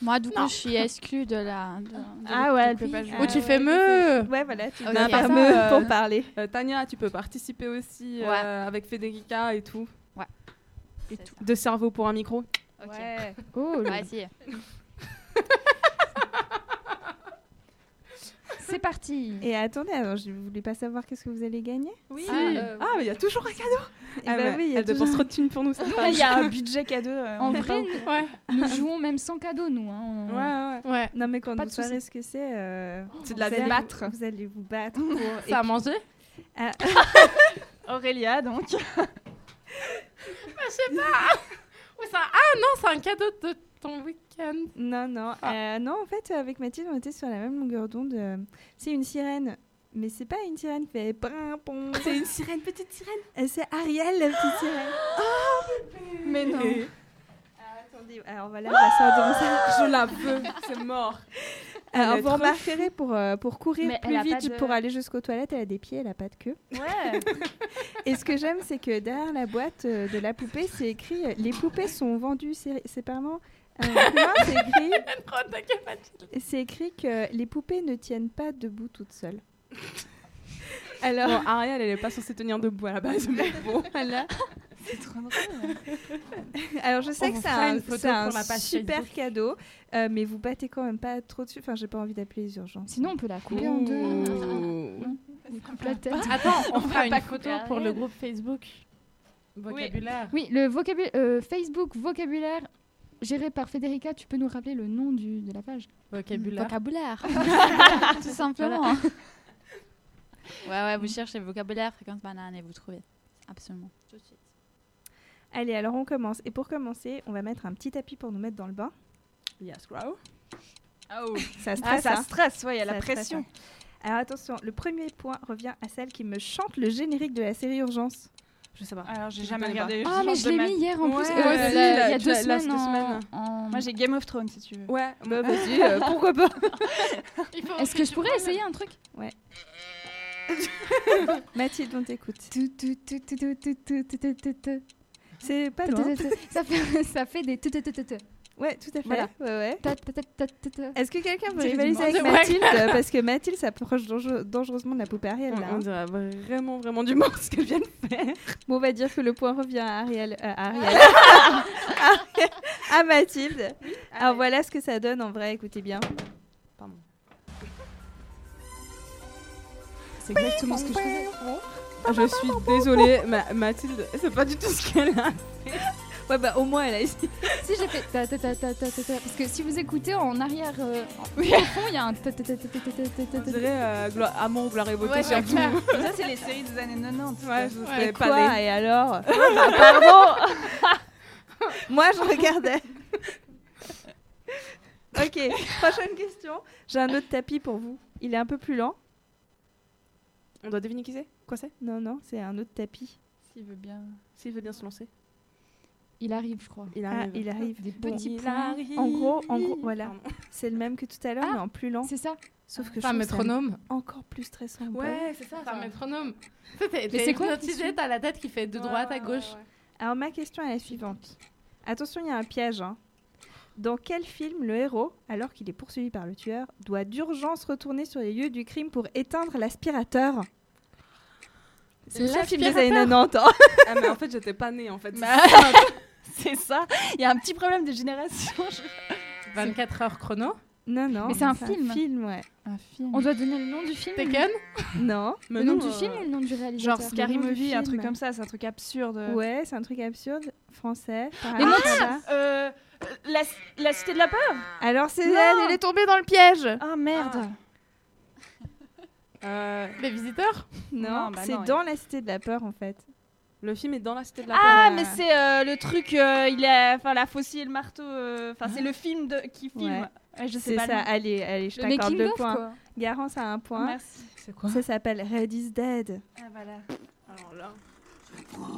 Speaker 22: Moi, du coup,
Speaker 4: Non.
Speaker 22: je suis exclue de la. de- de-
Speaker 5: Ah ouais,
Speaker 22: du
Speaker 5: elle peut pas
Speaker 22: quiz.
Speaker 5: jouer. Ou tu fais
Speaker 4: meuh.
Speaker 5: Ouais, voilà, tu
Speaker 22: Ok.
Speaker 5: viens par
Speaker 22: Ça,
Speaker 5: meuh
Speaker 22: euh,
Speaker 5: pour parler.
Speaker 2: Euh, Tania, tu peux participer aussi euh,
Speaker 22: Ouais.
Speaker 2: avec Federica et tout.
Speaker 22: Ouais.
Speaker 2: Et tout. Deux cerveaux pour un micro.
Speaker 22: Ok.
Speaker 5: Ouais.
Speaker 22: On va essayer.
Speaker 5: C'est parti. Et attendez, alors, je voulais pas savoir qu'est-ce que vous allez gagner
Speaker 2: Oui.
Speaker 5: Ah,
Speaker 2: Ah,
Speaker 5: euh,
Speaker 2: mais il y a toujours un cadeau.
Speaker 5: Ah bah oui, il y a
Speaker 2: elle
Speaker 5: toujours
Speaker 2: dépense
Speaker 5: un-
Speaker 2: trop de thunes pour nous. cette
Speaker 5: Nous,
Speaker 2: femme.
Speaker 5: il y a un
Speaker 9: budget cadeau.
Speaker 8: En vrai, nous,
Speaker 4: Ouais.
Speaker 8: nous jouons même sans cadeau, nous. hein, on-
Speaker 4: ouais.
Speaker 2: Ouais,
Speaker 4: ouais.
Speaker 5: Non, mais quand
Speaker 8: Pas
Speaker 5: vous
Speaker 8: de soucis.
Speaker 5: saurez ce que c'est, euh,
Speaker 2: C'est de
Speaker 5: vous
Speaker 2: la
Speaker 5: allez
Speaker 2: bière.
Speaker 5: vous-
Speaker 2: Battre.
Speaker 5: Vous allez vous battre. Pour... et
Speaker 4: Ça a
Speaker 5: puis-
Speaker 4: mangé
Speaker 5: Ah,
Speaker 9: Aurélia, donc.
Speaker 4: Bah, Je sais pas. Ou ça- Ah non, c'est un cadeau de ton week-end. Ah.
Speaker 5: non, non. euh, non, en fait, avec Mathilde, on était sur la même longueur d'onde. euh, C'est une sirène. Mais c'est pas une sirène qui fait brin pom.
Speaker 2: C'est une sirène, petite sirène.
Speaker 5: Euh, C'est Ariel, la petite sirène.
Speaker 2: Mais non.
Speaker 5: Ah, attendez, alors voilà, on va sortir Bah, ça.
Speaker 2: Je la veux, c'est mort.
Speaker 5: Alors,
Speaker 2: Elle est
Speaker 5: vous
Speaker 2: trop
Speaker 5: remarquerez, pour, euh, pour courir
Speaker 8: Mais elle
Speaker 5: plus
Speaker 8: a pas
Speaker 5: vite,
Speaker 8: de-
Speaker 5: pour aller jusqu'aux toilettes, elle a des pieds, elle a pas de queue.
Speaker 8: Ouais.
Speaker 5: Et ce que j'aime, c'est que derrière la boîte euh, de la poupée, c'est écrit euh, Les poupées sont vendues sé- séparément. Alors, pour moi, euh, c'est écrit,
Speaker 4: Oh, t'inquiète, Mathilde.
Speaker 5: c'est écrit que les poupées ne tiennent pas debout toutes seules. Alors,
Speaker 2: Bon, Ariel, elle est pas censée tenir debout à la base. mais bon.
Speaker 5: voilà.
Speaker 9: C'est trop drôle.
Speaker 5: Alors, je sais
Speaker 4: On
Speaker 5: que
Speaker 4: vous
Speaker 5: c'est
Speaker 4: fera
Speaker 5: un,
Speaker 4: une photo
Speaker 5: c'est un
Speaker 4: pour la page
Speaker 5: super
Speaker 4: Facebook.
Speaker 5: cadeau, euh, mais vous battez quand même pas trop dessus. Enfin, j'ai pas envie d'appeler les urgences.
Speaker 8: Sinon, on peut la couper en deux.
Speaker 2: Ouh.
Speaker 4: Mmh.
Speaker 8: On coupe la tête.
Speaker 4: Attends, on fera
Speaker 8: pas
Speaker 4: une
Speaker 8: couper
Speaker 4: photo pour le
Speaker 8: Ariel.
Speaker 4: groupe Facebook. Vocabulaire.
Speaker 8: Oui, le vocabulaire euh, Facebook vocabulaire géré par Federica. Tu peux nous rappeler le nom du, de la page
Speaker 4: Vocabulaire.
Speaker 22: Vocabulaire.
Speaker 8: Tout simplement.
Speaker 5: hein.
Speaker 22: Ouais, ouais, vous cherchez vocabulaire, fréquence banane et vous trouvez. Absolument. Tout de suite.
Speaker 5: Allez, alors on commence. Et pour commencer, on va mettre un petit tapis pour nous mettre dans le bain.
Speaker 2: Yes, grow.
Speaker 5: Ça
Speaker 9: Ah,
Speaker 5: stresse.
Speaker 9: ça
Speaker 5: hein.
Speaker 9: stresse, ouais, il y a la
Speaker 5: Ça stresse,
Speaker 9: pression.
Speaker 5: hein. Alors attention, le premier point revient à celle qui me chante le générique de la série Urgence.
Speaker 2: Je sais pas.
Speaker 9: Alors, j'ai
Speaker 2: Je
Speaker 9: jamais
Speaker 2: connais pas.
Speaker 9: regardé.
Speaker 8: Ah, mais je l'ai mis hier en
Speaker 2: Ouais,
Speaker 8: plus.
Speaker 2: euh,
Speaker 8: euh,
Speaker 2: moi
Speaker 8: la- il
Speaker 2: aussi,
Speaker 8: y a
Speaker 2: la-
Speaker 8: deux
Speaker 2: la- la-
Speaker 8: semaines.
Speaker 2: deux
Speaker 8: en-
Speaker 2: semaines.
Speaker 8: en-
Speaker 9: Moi, j'ai Game of Thrones, Ah. si tu veux.
Speaker 2: Ouais, bah,
Speaker 5: Vas-y, euh, pourquoi pas
Speaker 4: Il faut-
Speaker 8: Est-ce que je pourrais essayer un truc
Speaker 5: Ouais. Mathilde, on t'écoute.
Speaker 8: Tout, tout, tout, tout, tout, tout, tout, tout, tout, tout, tout.
Speaker 5: C'est pas loin.
Speaker 8: Ça fait, ça fait des tout, tout, tout, tout, tout.
Speaker 5: Ouais, tout à fait.
Speaker 8: Voilà.
Speaker 5: Ouais, ouais.
Speaker 8: Ta, ta, ta, ta, ta, ta.
Speaker 5: Est-ce que quelqu'un veut
Speaker 8: J'ai
Speaker 5: rivaliser
Speaker 8: du
Speaker 5: avec
Speaker 8: monde.
Speaker 5: Mathilde euh, Parce que Mathilde s'approche dangereux- dangereusement de la poupée Ariel.
Speaker 2: on,
Speaker 5: Là,
Speaker 2: on
Speaker 5: hein.
Speaker 2: dirait vraiment, vraiment du mort ce qu'elle vient de faire.
Speaker 5: Bon, on va dire que le point revient à Ariel. euh, à Ariel. à Mathilde. Alors voilà ce que ça donne en vrai, écoutez bien.
Speaker 2: Pardon.
Speaker 8: C'est exactement ce que je faisais.
Speaker 2: Ah, Je suis désolée, Ma- Mathilde, c'est pas du tout ce qu'elle a.
Speaker 5: Ouais, bah au moins elle a essayé.
Speaker 8: Si j'ai fait ta, ta, ta, ta, ta, ta, ta. Parce que si vous écoutez en arrière, euh, au fond, il y a un ta, ta, ta, ta, ta, ta, ta, ta,
Speaker 2: Je
Speaker 8: ta.
Speaker 2: dirais euh, glo- amour, gloire et beauté
Speaker 9: Ouais, c'est
Speaker 2: surtout.
Speaker 9: clair. Ça, c'est les séries des années 90.
Speaker 2: Ouais, je
Speaker 5: Et
Speaker 2: serais
Speaker 5: quoi
Speaker 2: pas des-
Speaker 5: Et alors Ah, Pardon Moi, je regardais. ok, prochaine question. J'ai un autre tapis pour vous. Il est un peu plus lent.
Speaker 2: On doit deviner qui c'est Quoi c'est
Speaker 5: Non, non, c'est un autre tapis.
Speaker 9: S'il veut bien.
Speaker 2: S'il veut bien se lancer.
Speaker 3: Il arrive, je crois.
Speaker 2: Il
Speaker 5: Ah, il arrive.
Speaker 3: Des petits
Speaker 5: Il
Speaker 3: points.
Speaker 5: arrive. En gros, en gros, voilà. C'est le même que tout à l'heure, mais en plus lent.
Speaker 3: C'est ça.
Speaker 5: Sauf que
Speaker 4: C'est un
Speaker 5: je trouve ça
Speaker 4: métronome.
Speaker 5: Encore plus stressant.
Speaker 4: Ouais, c'est ça, c'est un métronome. Tu sais, t'es-
Speaker 5: Mais
Speaker 4: T'es
Speaker 5: c'est quoi la
Speaker 4: hypnotisé,
Speaker 5: question
Speaker 4: t'as la tête qui fait de droite à gauche.
Speaker 5: Alors ma question est la suivante. Attention, il y a un piège. hein. Dans quel film le héros, alors qu'il est poursuivi par le tueur, doit d'urgence retourner sur les lieux du crime pour éteindre l'aspirateur C'est le seul film des années 90. hein.
Speaker 2: ah, mais en fait, j'étais pas née, en fait.
Speaker 9: c'est ça. Il y a un petit problème de génération.
Speaker 4: 24 heures chrono
Speaker 5: Non, non.
Speaker 3: Mais c'est un film.
Speaker 5: ouais.
Speaker 22: Un film.
Speaker 3: On doit donner le nom du film.
Speaker 4: Taken
Speaker 5: Non.
Speaker 3: Le nom du film ou le nom du réalisateur
Speaker 5: Genre
Speaker 9: Scary
Speaker 5: Le nom du
Speaker 9: Movie, un
Speaker 5: film.
Speaker 9: truc comme ça, c'est un truc absurde.
Speaker 5: Ouais, c'est un truc absurde, français.
Speaker 9: Mais
Speaker 5: pareil,
Speaker 9: moi,
Speaker 5: voilà.
Speaker 9: euh, la, la cité de la peur
Speaker 5: Alors c'est
Speaker 9: Non.
Speaker 5: elle est tombée dans le piège.
Speaker 9: Ah merde
Speaker 2: Euh,
Speaker 4: Les visiteurs
Speaker 5: Non,
Speaker 9: Non, bah
Speaker 5: c'est
Speaker 9: non,
Speaker 5: dans la cité de la peur en fait.
Speaker 2: Le film est dans la cité de
Speaker 5: la
Speaker 9: Ah,
Speaker 5: peur.
Speaker 9: mais c'est euh, le truc, euh, il a, enfin la faucille et le marteau. euh, Enfin, c'est le film de, qui filme.
Speaker 5: Ah. Ouais.
Speaker 9: Ouais, je sais
Speaker 5: c'est
Speaker 9: pas le
Speaker 5: ça,
Speaker 9: nom.
Speaker 5: allez, allez, je
Speaker 9: Le
Speaker 5: t'accorde
Speaker 9: making
Speaker 5: le
Speaker 9: of,
Speaker 5: point.
Speaker 9: quoi.
Speaker 5: Garance a un point.
Speaker 9: Merci.
Speaker 5: C'est quoi Ça s'appelle Red is Dead.
Speaker 9: Ah voilà. Alors là.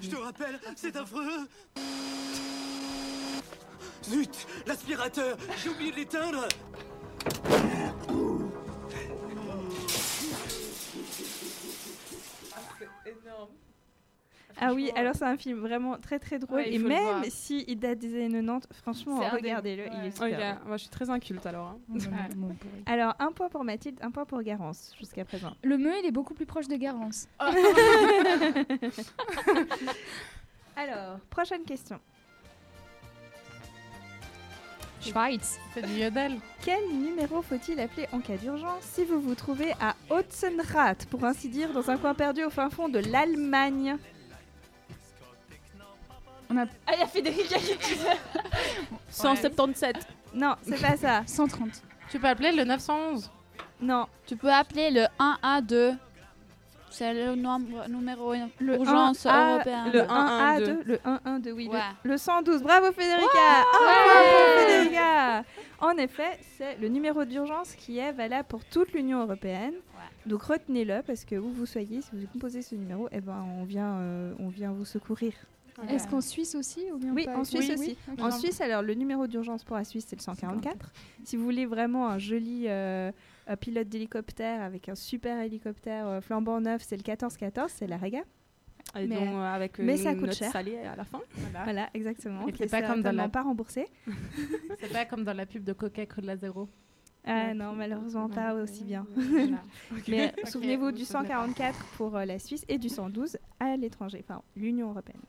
Speaker 10: Je te rappelle, c'est affreux Zut L'aspirateur J'ai oublié de l'éteindre
Speaker 2: énorme.
Speaker 5: Ah oui, alors c'est un film vraiment très très drôle.
Speaker 2: Ouais, il
Speaker 5: et
Speaker 2: faut le
Speaker 5: même
Speaker 2: voir.
Speaker 5: si il date des années 90, franchement,
Speaker 2: C'est un des-
Speaker 5: regardez-le, il
Speaker 2: ouais.
Speaker 5: est super.
Speaker 2: Ok, moi, je suis très inculte alors. hein.
Speaker 5: drôle. Alors, un point pour Mathilde, un point pour Garance jusqu'à présent.
Speaker 3: Le meu, il est beaucoup plus proche de Garance.
Speaker 4: Oh.
Speaker 5: Alors, prochaine question.
Speaker 3: Schweiz.
Speaker 4: C'est du yodel.
Speaker 5: Quel numéro faut-il appeler en cas d'urgence si vous vous trouvez à Otzenrath, pour ainsi dire, dans un coin perdu au fin fond de l'Allemagne On a...
Speaker 9: Ah, il y a Federica qui disait.
Speaker 2: 177.
Speaker 5: Non, c'est pas ça.
Speaker 3: 130.
Speaker 4: Tu peux appeler le 911
Speaker 5: Non.
Speaker 22: Tu peux appeler le 1A2. C'est le nombre, numéro
Speaker 5: Le
Speaker 22: urgence
Speaker 5: 1A,
Speaker 22: européen.
Speaker 5: Le 1A2, le 112, oui. le-
Speaker 22: Ouais.
Speaker 5: Le, 112, bravo Federica Un point pour Federica En effet, c'est le numéro d'urgence qui est valable pour toute l'Union Européenne. Donc retenez-le parce que où vous soyez, si vous composez ce numéro, eh ben, on, vient, euh, on vient vous secourir.
Speaker 3: Est-ce qu'en Suisse aussi ou bien
Speaker 5: Oui,
Speaker 3: pas
Speaker 5: en Suisse
Speaker 3: Oui,
Speaker 5: aussi.
Speaker 3: oui, ok.
Speaker 5: en Suisse, alors le numéro d'urgence pour la Suisse, c'est le 144. Si vous voulez vraiment un joli euh, euh, pilote d'hélicoptère avec un super hélicoptère euh, flambant neuf, c'est le 1414, c'est la Rega.
Speaker 2: Et donc, euh, avec, euh,
Speaker 5: mais ça
Speaker 2: une
Speaker 5: coûte
Speaker 2: note
Speaker 5: cher.
Speaker 2: salée à la fin.
Speaker 5: Voilà, exactement.
Speaker 4: Et
Speaker 5: qui
Speaker 4: c'est
Speaker 5: est
Speaker 4: pas comme dans
Speaker 5: certainement
Speaker 4: la-
Speaker 5: pas remboursé.
Speaker 4: C'est pas comme dans la pub de Coca-Cola Zéro.
Speaker 5: Ah non, malheureusement pas aussi bien. Mais
Speaker 4: Ok,
Speaker 5: souvenez-vous
Speaker 4: vous
Speaker 5: du
Speaker 4: vous souvenez pas.
Speaker 5: 144 pour euh, la Suisse et du 112 à l'étranger, enfin l'Union européenne.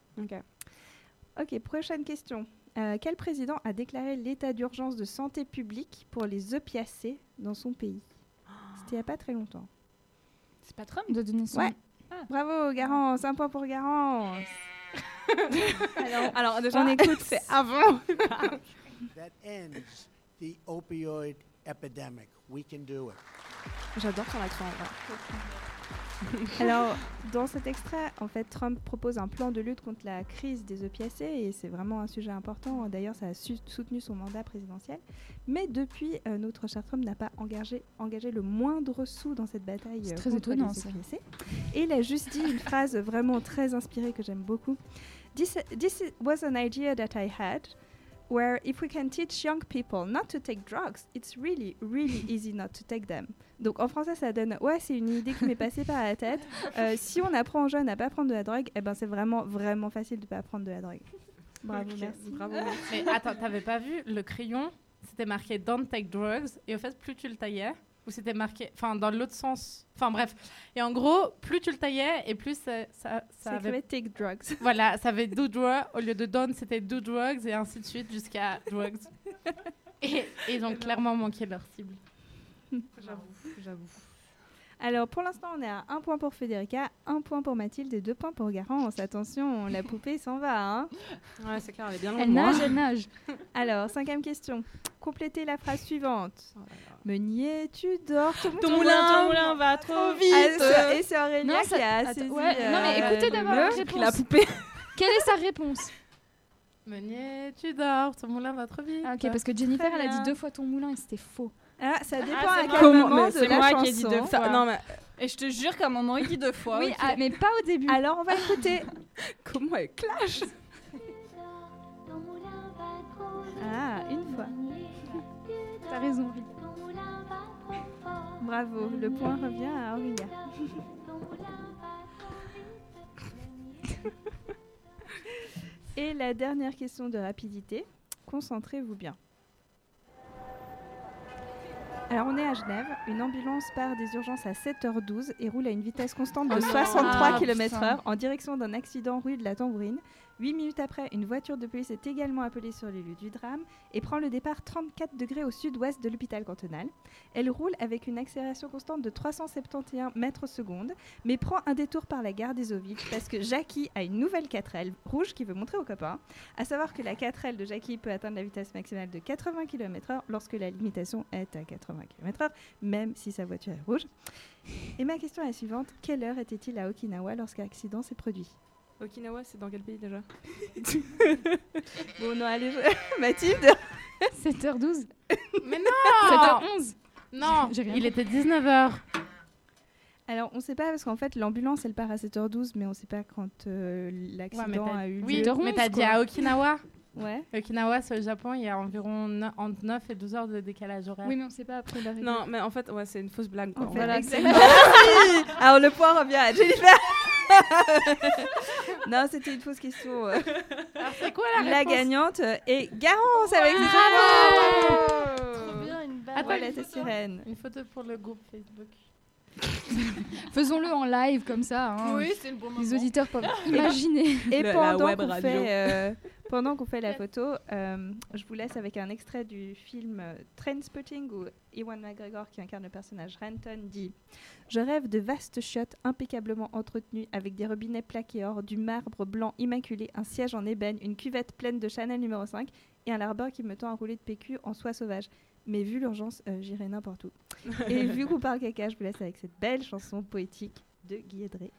Speaker 5: Ok, prochaine question. Euh, quel président a déclaré l'état d'urgence de santé publique pour les opiacés dans son pays C'était il n'y a pas très longtemps.
Speaker 3: C'est pas Trump de donner son
Speaker 5: Ouais.
Speaker 4: Ah.
Speaker 5: Bravo, Garance, un point pour Garance.
Speaker 2: Alors, déjà,
Speaker 5: on écoute, c'est avant.
Speaker 23: that ends the opioid epidemic. We can do it.
Speaker 5: J'adore son accent. Alors, dans cet extrait, en fait, Trump propose un plan de lutte contre la crise des opiacés et c'est vraiment un sujet important. D'ailleurs, ça a su- soutenu son mandat présidentiel. Mais depuis, euh, notre cher Trump n'a pas engagé, engagé le moindre sou dans cette bataille
Speaker 3: C'est
Speaker 5: euh,
Speaker 3: très
Speaker 5: contre
Speaker 3: étonnant,
Speaker 5: les
Speaker 3: ça.
Speaker 5: opiacés. Et il a juste dit une phrase vraiment très inspirée que j'aime beaucoup. This, this was an idea that I had. Where if we can teach young people not to take drugs, it's really, really easy not to take them. Donc en français, ça donne ouais, c'est une idée qui m'est passée par la tête. Euh, si on apprend aux jeunes à pas prendre de la drogue, eh ben c'est vraiment, vraiment facile de pas prendre de la drogue. Bravo,
Speaker 4: Ok,
Speaker 5: merci. Ah.
Speaker 4: Mais attends, t'avais pas vu le crayon C'était marqué Don't take drugs. Et au fait, plus tu le taillais, ou c'était marqué. Enfin, dans l'autre sens. Enfin, bref. Et en gros, plus tu le taillais, et plus ça, ça, ça
Speaker 5: C'est écrit take drugs.
Speaker 4: Voilà, ça avait do drugs. Au lieu de don't, c'était do drugs, et ainsi de suite jusqu'à drugs. et et ils ont clairement manqué leur cible.
Speaker 2: J'avoue, j'avoue.
Speaker 5: Alors pour l'instant, on est à un point pour Federica, un point pour Mathilde et deux points pour Garance. Attention, la poupée s'en va. Hein
Speaker 2: Ouais, c'est clair, elle est bien loin
Speaker 5: Elle
Speaker 2: de moi.
Speaker 5: nage, elle nage. Alors, cinquième question. Complétez la phrase suivante. Meunier, tu dors.
Speaker 2: Oh Ton moulin, ton moulin va trop vite.
Speaker 5: Ah, c'est- et c'est Aurélia
Speaker 3: Non, ça-
Speaker 5: qui a
Speaker 3: attends,
Speaker 5: saisi,
Speaker 3: ouais, non, mais
Speaker 5: euh,
Speaker 3: écoutez d'abord la
Speaker 5: le-
Speaker 3: réponse. La poupée. Quelle est sa réponse
Speaker 4: Meunier, tu dors, ton moulin va trop vite.
Speaker 3: Ah,
Speaker 5: Bah,
Speaker 3: ok, parce que Jennifer, elle a
Speaker 4: bien.
Speaker 3: dit deux fois ton moulin et c'était faux.
Speaker 5: Ah, ça dépend
Speaker 4: c'est
Speaker 5: à
Speaker 4: moi.
Speaker 5: quel
Speaker 4: Comment-
Speaker 5: moment
Speaker 4: mais
Speaker 5: de
Speaker 4: c'est
Speaker 5: la
Speaker 4: moi
Speaker 5: chanson.
Speaker 4: qui ai dit deux fois.
Speaker 2: Non, mais
Speaker 9: Et je te jure qu'à un moment, il dit deux fois.
Speaker 8: Oui,
Speaker 9: ok.
Speaker 8: ah, mais pas au début.
Speaker 5: Alors, on va écouter.
Speaker 2: Comment elle clash
Speaker 5: Ah, une fois.
Speaker 8: T'as raison,
Speaker 5: Bravo, le point revient à Aurélia. Et la dernière question de rapidité. Concentrez-vous bien. Alors on est à Genève, une ambulance part des urgences à 7h12 et roule à une vitesse constante de
Speaker 9: Oh non.
Speaker 5: 63
Speaker 9: Ah,
Speaker 5: km/h
Speaker 9: putain.
Speaker 5: en direction d'un accident rue de la Tambourine. Huit minutes après, une voiture de police est également appelée sur les lieux du drame et prend le départ 34 degrés au sud-ouest de l'hôpital cantonal. Elle roule avec une accélération constante de 371 mètres secondes, mais prend un détour par la gare des Ovides parce que Jackie a une nouvelle 4L rouge qui veut montrer aux copains. À savoir que la 4L de Jackie peut atteindre la vitesse maximale de 80 km/h lorsque la limitation est à 80 km/h, même si sa voiture est rouge. Et ma question est la suivante quelle heure était-il à Okinawa lorsqu'un accident s'est produit
Speaker 2: Okinawa, c'est dans quel pays déjà
Speaker 5: Bon, non, allez,
Speaker 2: Bah,
Speaker 5: Mathilde
Speaker 8: 7h12
Speaker 4: Mais non
Speaker 8: 7h11
Speaker 4: Non,
Speaker 5: J'ai rien
Speaker 4: il
Speaker 5: compris.
Speaker 4: était 19h.
Speaker 5: Alors, on ne sait pas parce qu'en fait, l'ambulance elle part à 7h12, mais on ne sait pas quand euh,
Speaker 4: Ouais, mais
Speaker 5: l'accident
Speaker 4: t'as-
Speaker 5: a eu lieu.
Speaker 4: oui, mais t'as dit à Okinawa.
Speaker 5: Ouais.
Speaker 4: Okinawa, c'est au Japon, il y a environ no- entre 9 et 12 heures de décalage horaire.
Speaker 8: Oui, mais on sait pas après l'arrivée.
Speaker 2: Non, mais en fait, ouais, c'est une fausse blague.
Speaker 4: En
Speaker 2: quoi.
Speaker 4: fait,
Speaker 2: Voilà,
Speaker 4: exactement.
Speaker 2: c'est-
Speaker 5: Merci Ah Alors, le point revient à Jennifer Non, c'était une fausse question. euh.
Speaker 4: C'est quoi la
Speaker 5: La
Speaker 4: réponse
Speaker 5: gagnante est Garance
Speaker 3: Ah,
Speaker 5: avec ses
Speaker 4: Attends,
Speaker 5: Voilà,
Speaker 4: une
Speaker 5: ta
Speaker 4: photo.
Speaker 5: sirène.
Speaker 4: Une photo pour le groupe Facebook.
Speaker 8: Faisons-le en live comme ça. hein.
Speaker 4: Oui, c'est le bon
Speaker 8: Les
Speaker 4: moment.
Speaker 8: auditeurs peuvent imaginer.
Speaker 5: Et
Speaker 8: Le- la
Speaker 5: pendant
Speaker 8: web
Speaker 5: qu'on
Speaker 8: radio.
Speaker 5: fait, euh, pendant qu'on fait la photo, euh, je vous laisse avec un extrait du film euh, Trainspotting où Ewan McGregor, qui incarne le personnage Renton, dit Je rêve de vastes chiottes impeccablement entretenues avec des robinets plaqués or, du marbre blanc immaculé, un siège en ébène, une cuvette pleine de Chanel numéro 5 et un larbeur qui me tend un rouleau de PQ en soie sauvage. Mais vu l'urgence, euh, j'irai n'importe où. et vu qu'on parle caca, je vous laisse avec cette belle chanson poétique de Guy Audrey.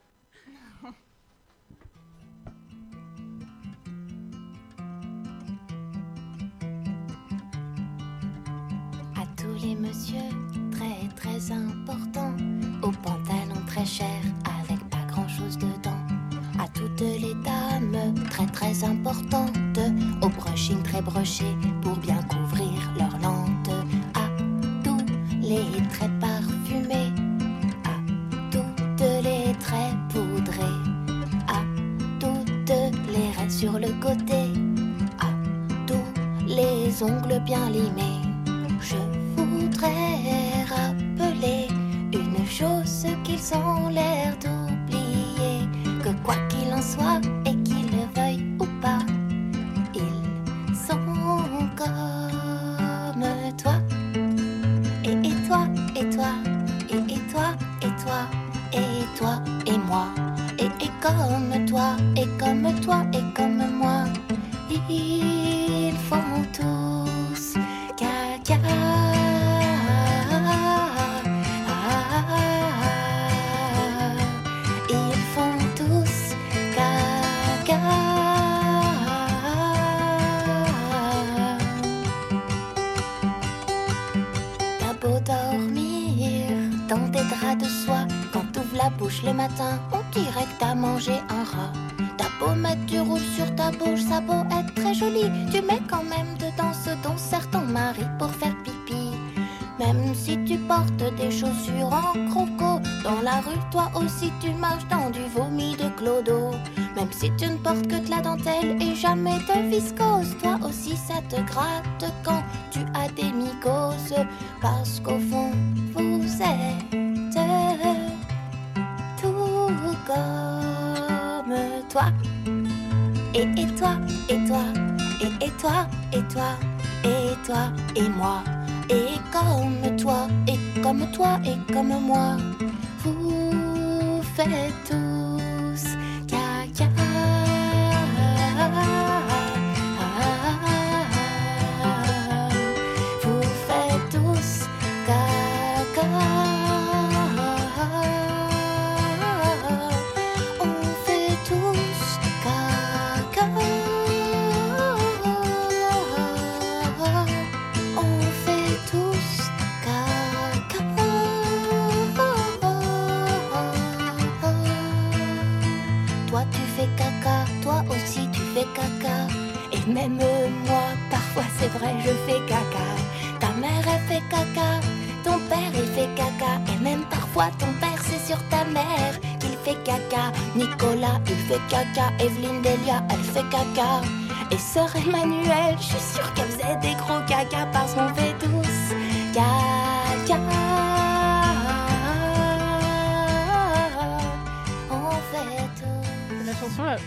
Speaker 1: à tous les messieurs très très importants, aux pantalons très chers avec pas grand chose dedans, à toutes les dames très très importantes, aux brushing très brochés pour bien couvrir leurs lentes, à tous les traits parfumés, à toutes les traits poudrés, à toutes les raies sur le côté, à tous les ongles bien limés. Je voudrais rappeler une chose qu'ils ont l'air d'oublier, que quoi qu'il en soit et qu'ils le veuillent ou pas, ils sont comme toi, et, et toi, et toi, et, et toi, et toi, et toi, et moi, et, et comme toi, et comme toi, et comme moi, ils font tous caca. Ils font tous caca. T'as beau dormir dans des draps de soie, quand t'ouvres la bouche le matin, on dirait que t'as mangé un rat. T'as beau mettre du rouge sur ta bouche, ça a beau être très joli, tu mets quand même dedans ce dont sert ton mari pour faire pipi. Même si tu portes des chaussures en croco dans la rue, toi aussi tu marches dans du vomi de clodo. Même si tu ne portes que de la dentelle et jamais de viscose, toi aussi ça te gratte quand tu as des mycoses. Parce qu'au fond, vous êtes tout comme toi. Et, et toi, et toi, et, et toi, et toi, et toi, et moi. Et comme toi, et comme toi, et comme moi. Vous faites tous caca. Vous faites tous Oh, caca. On fait tous caca. On oh, fait tous caca. oh, Toi tu fais caca, toi aussi tu fais caca. Et même moi, parfois c'est vrai, je fais caca. Ta mère elle fait caca, ton père il fait caca. Et même parfois ton père c'est sur ta mère qu'il fait caca. Nicolas il fait caca, Evelyne Delia elle fait caca. Et sœur Emmanuelle, je suis sûre qu'elle faisait des gros caca parce qu'on fait tous caca. On fait tous
Speaker 4: La chanson, la-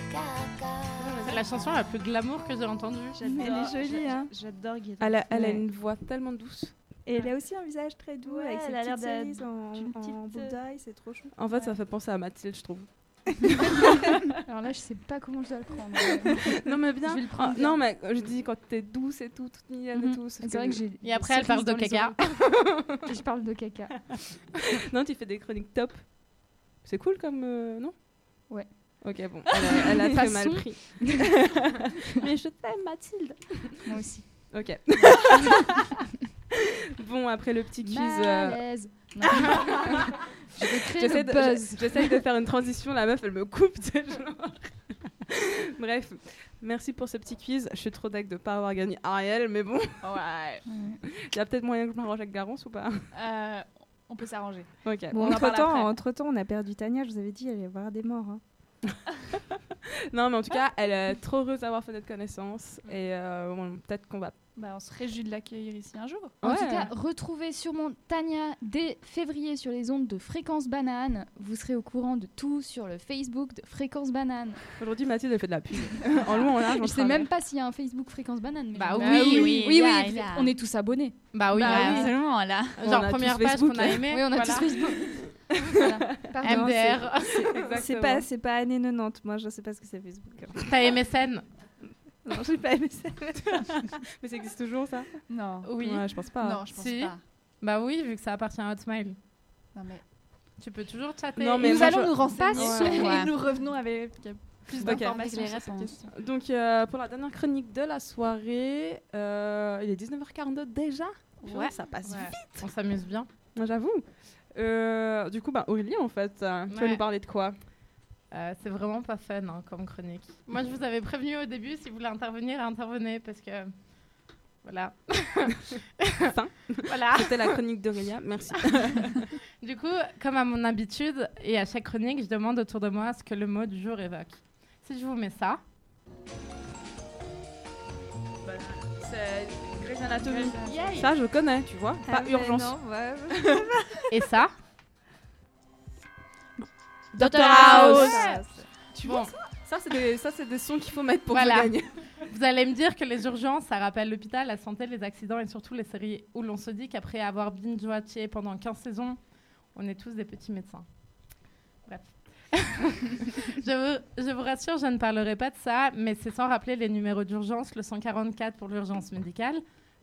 Speaker 4: c'est la chanson la plus glamour que j'ai entendue.
Speaker 5: Mais elle est jolie, hein.
Speaker 9: J'adore Guido.
Speaker 2: Elle a, elle a
Speaker 9: Ouais.
Speaker 2: une voix tellement douce.
Speaker 5: Et elle a aussi un visage très doux
Speaker 9: Ouais,
Speaker 5: avec ses
Speaker 9: elle a l'air
Speaker 5: petites
Speaker 9: d'a-
Speaker 5: cerises en,
Speaker 9: d'une
Speaker 5: en
Speaker 9: petite,
Speaker 5: boucle
Speaker 9: euh,
Speaker 5: d'oreille, c'est trop chou.
Speaker 2: En fait, ça fait penser à Mathilde, je trouve.
Speaker 8: Alors là, je sais pas comment je dois le prendre.
Speaker 2: non, mais bien.
Speaker 8: Je vais le
Speaker 2: Ah,
Speaker 8: prendre. Mhm.
Speaker 2: non, mais je dis quand t'es douce et tout, toute mignonne et tout. sauf
Speaker 8: C'est vrai que j'ai.
Speaker 4: Et après, elle parle de caca.
Speaker 8: je parle de caca.
Speaker 2: non, tu fais des chroniques top. C'est cool comme. euh, non
Speaker 8: Ouais.
Speaker 2: Ok, bon. Elle a, elle a très mal
Speaker 8: Passons.
Speaker 2: pris. Mais je t'aime, Mathilde.
Speaker 8: Moi aussi.
Speaker 2: Ok. bon, après le petit quiz. euh,
Speaker 8: Malaise. Non. je vais créer
Speaker 2: J'essaie
Speaker 8: le
Speaker 2: de,
Speaker 8: buzz.
Speaker 2: je- j'essaie de faire une transition, la meuf elle me coupe. tu sais, genre. Bref, merci pour ce petit quiz. Je suis trop deck de pas avoir gagné Ariel, mais bon.
Speaker 7: Ouais.
Speaker 2: Il y a peut-être moyen que je m'arrange avec Garance ou pas
Speaker 7: Euh, on peut s'arranger.
Speaker 2: Ok.
Speaker 7: Bon, on en
Speaker 5: entre,
Speaker 7: parle après.
Speaker 5: temps, entre temps, on a perdu Tania, je vous avais dit, elle allait voir des morts. hein.
Speaker 2: Non, mais en tout cas, elle est trop heureuse d'avoir fait notre connaissance. Et euh, bon, peut-être qu'on va.
Speaker 7: Bah, on se réjouit de l'accueillir ici un jour.
Speaker 8: En tout
Speaker 2: Ouais.
Speaker 8: cas, retrouvez sûrement Tania dès février sur les ondes de Fréquence Banane. Vous serez au courant de tout sur le Facebook de Fréquence Banane.
Speaker 2: Aujourd'hui, Mathilde elle fait de la pub. en long, en large.
Speaker 8: Je
Speaker 2: en
Speaker 8: sais
Speaker 2: travers.
Speaker 8: même pas s'il y a un Facebook Fréquence Banane. mais
Speaker 4: Bah
Speaker 8: je-
Speaker 4: oui,
Speaker 8: Ah
Speaker 4: oui,
Speaker 8: oui,
Speaker 4: il
Speaker 8: oui,
Speaker 4: y a, il y a.
Speaker 8: on est tous abonnés.
Speaker 4: Bah oui, bah oui.
Speaker 22: Absolument, là.
Speaker 2: On
Speaker 4: Genre,
Speaker 2: a tous
Speaker 4: première page
Speaker 2: Facebook,
Speaker 4: qu'on a
Speaker 2: là.
Speaker 4: aimée.
Speaker 8: Oui, on a
Speaker 4: voilà.
Speaker 8: tous Facebook.
Speaker 5: Pardon,
Speaker 4: MDR.
Speaker 5: c'est- c'est- C'est
Speaker 2: Exactement.
Speaker 5: pas, c'est pas année 90, moi je sais pas ce que c'est Facebook. hein.
Speaker 4: T'as MSN
Speaker 5: Non, j'ai pas aimé ça.
Speaker 2: Mais ça existe toujours ça
Speaker 8: Non.
Speaker 4: Oui.
Speaker 2: Ouais, je pense pas.
Speaker 22: Non, je pense
Speaker 4: Si.
Speaker 22: pas.
Speaker 4: Bah oui, vu que ça appartient à Hotmail.
Speaker 22: Non, mais...
Speaker 4: Tu peux toujours chatter.
Speaker 2: Non,
Speaker 4: Et
Speaker 2: mais
Speaker 4: nous
Speaker 2: moi,
Speaker 4: allons
Speaker 2: je-
Speaker 4: nous renseigner.
Speaker 2: Passons.
Speaker 4: Ouais.
Speaker 22: Ouais.
Speaker 7: Et nous revenons avec plus
Speaker 2: Ok.
Speaker 7: d'informations
Speaker 22: Avec les
Speaker 7: sur cette
Speaker 22: réponses.
Speaker 7: question.
Speaker 2: Donc, euh, pour la dernière chronique de la soirée, euh, il est 19h42 déjà. Purée, ça passe
Speaker 4: Ouais.
Speaker 2: vite.
Speaker 4: On s'amuse bien.
Speaker 2: Moi, j'avoue. Euh, du coup, bah, Aurélie, en fait, euh, tu vas
Speaker 4: Ouais.
Speaker 2: nous parler de quoi
Speaker 4: Euh, c'est vraiment pas fun hein, comme chronique. Moi, je vous avais prévenu au début, si vous voulez intervenir, intervenez parce que. Voilà.
Speaker 2: Fin.
Speaker 4: Voilà.
Speaker 2: C'était la chronique d'Aurélia, merci.
Speaker 4: Du coup, comme à mon habitude et à chaque chronique, je demande autour de moi ce que le mot du jour évoque. Si je vous mets ça, Bah,
Speaker 7: C'est Grey's Anatomy.
Speaker 2: Ça, je connais, tu vois.
Speaker 5: Ah,
Speaker 2: Pas
Speaker 5: mais
Speaker 2: urgence.
Speaker 5: non, ouais, ouais.
Speaker 4: et ça,
Speaker 2: Dr
Speaker 4: House.
Speaker 2: Tu
Speaker 4: Bon.
Speaker 2: vois ça Ça, c'est des, ça, c'est des sons qu'il faut mettre pour
Speaker 4: Voilà.
Speaker 2: que je gagne.
Speaker 4: vous allez me dire que les urgences, ça rappelle l'hôpital, la santé, les accidents et surtout les séries où l'on se dit qu'après avoir binge-watché pendant 15 saisons, on est tous des petits médecins. Bref. je, vous, je vous rassure, je ne parlerai pas de ça, mais c'est sans rappeler les numéros d'urgence, le 144 pour l'urgence médicale,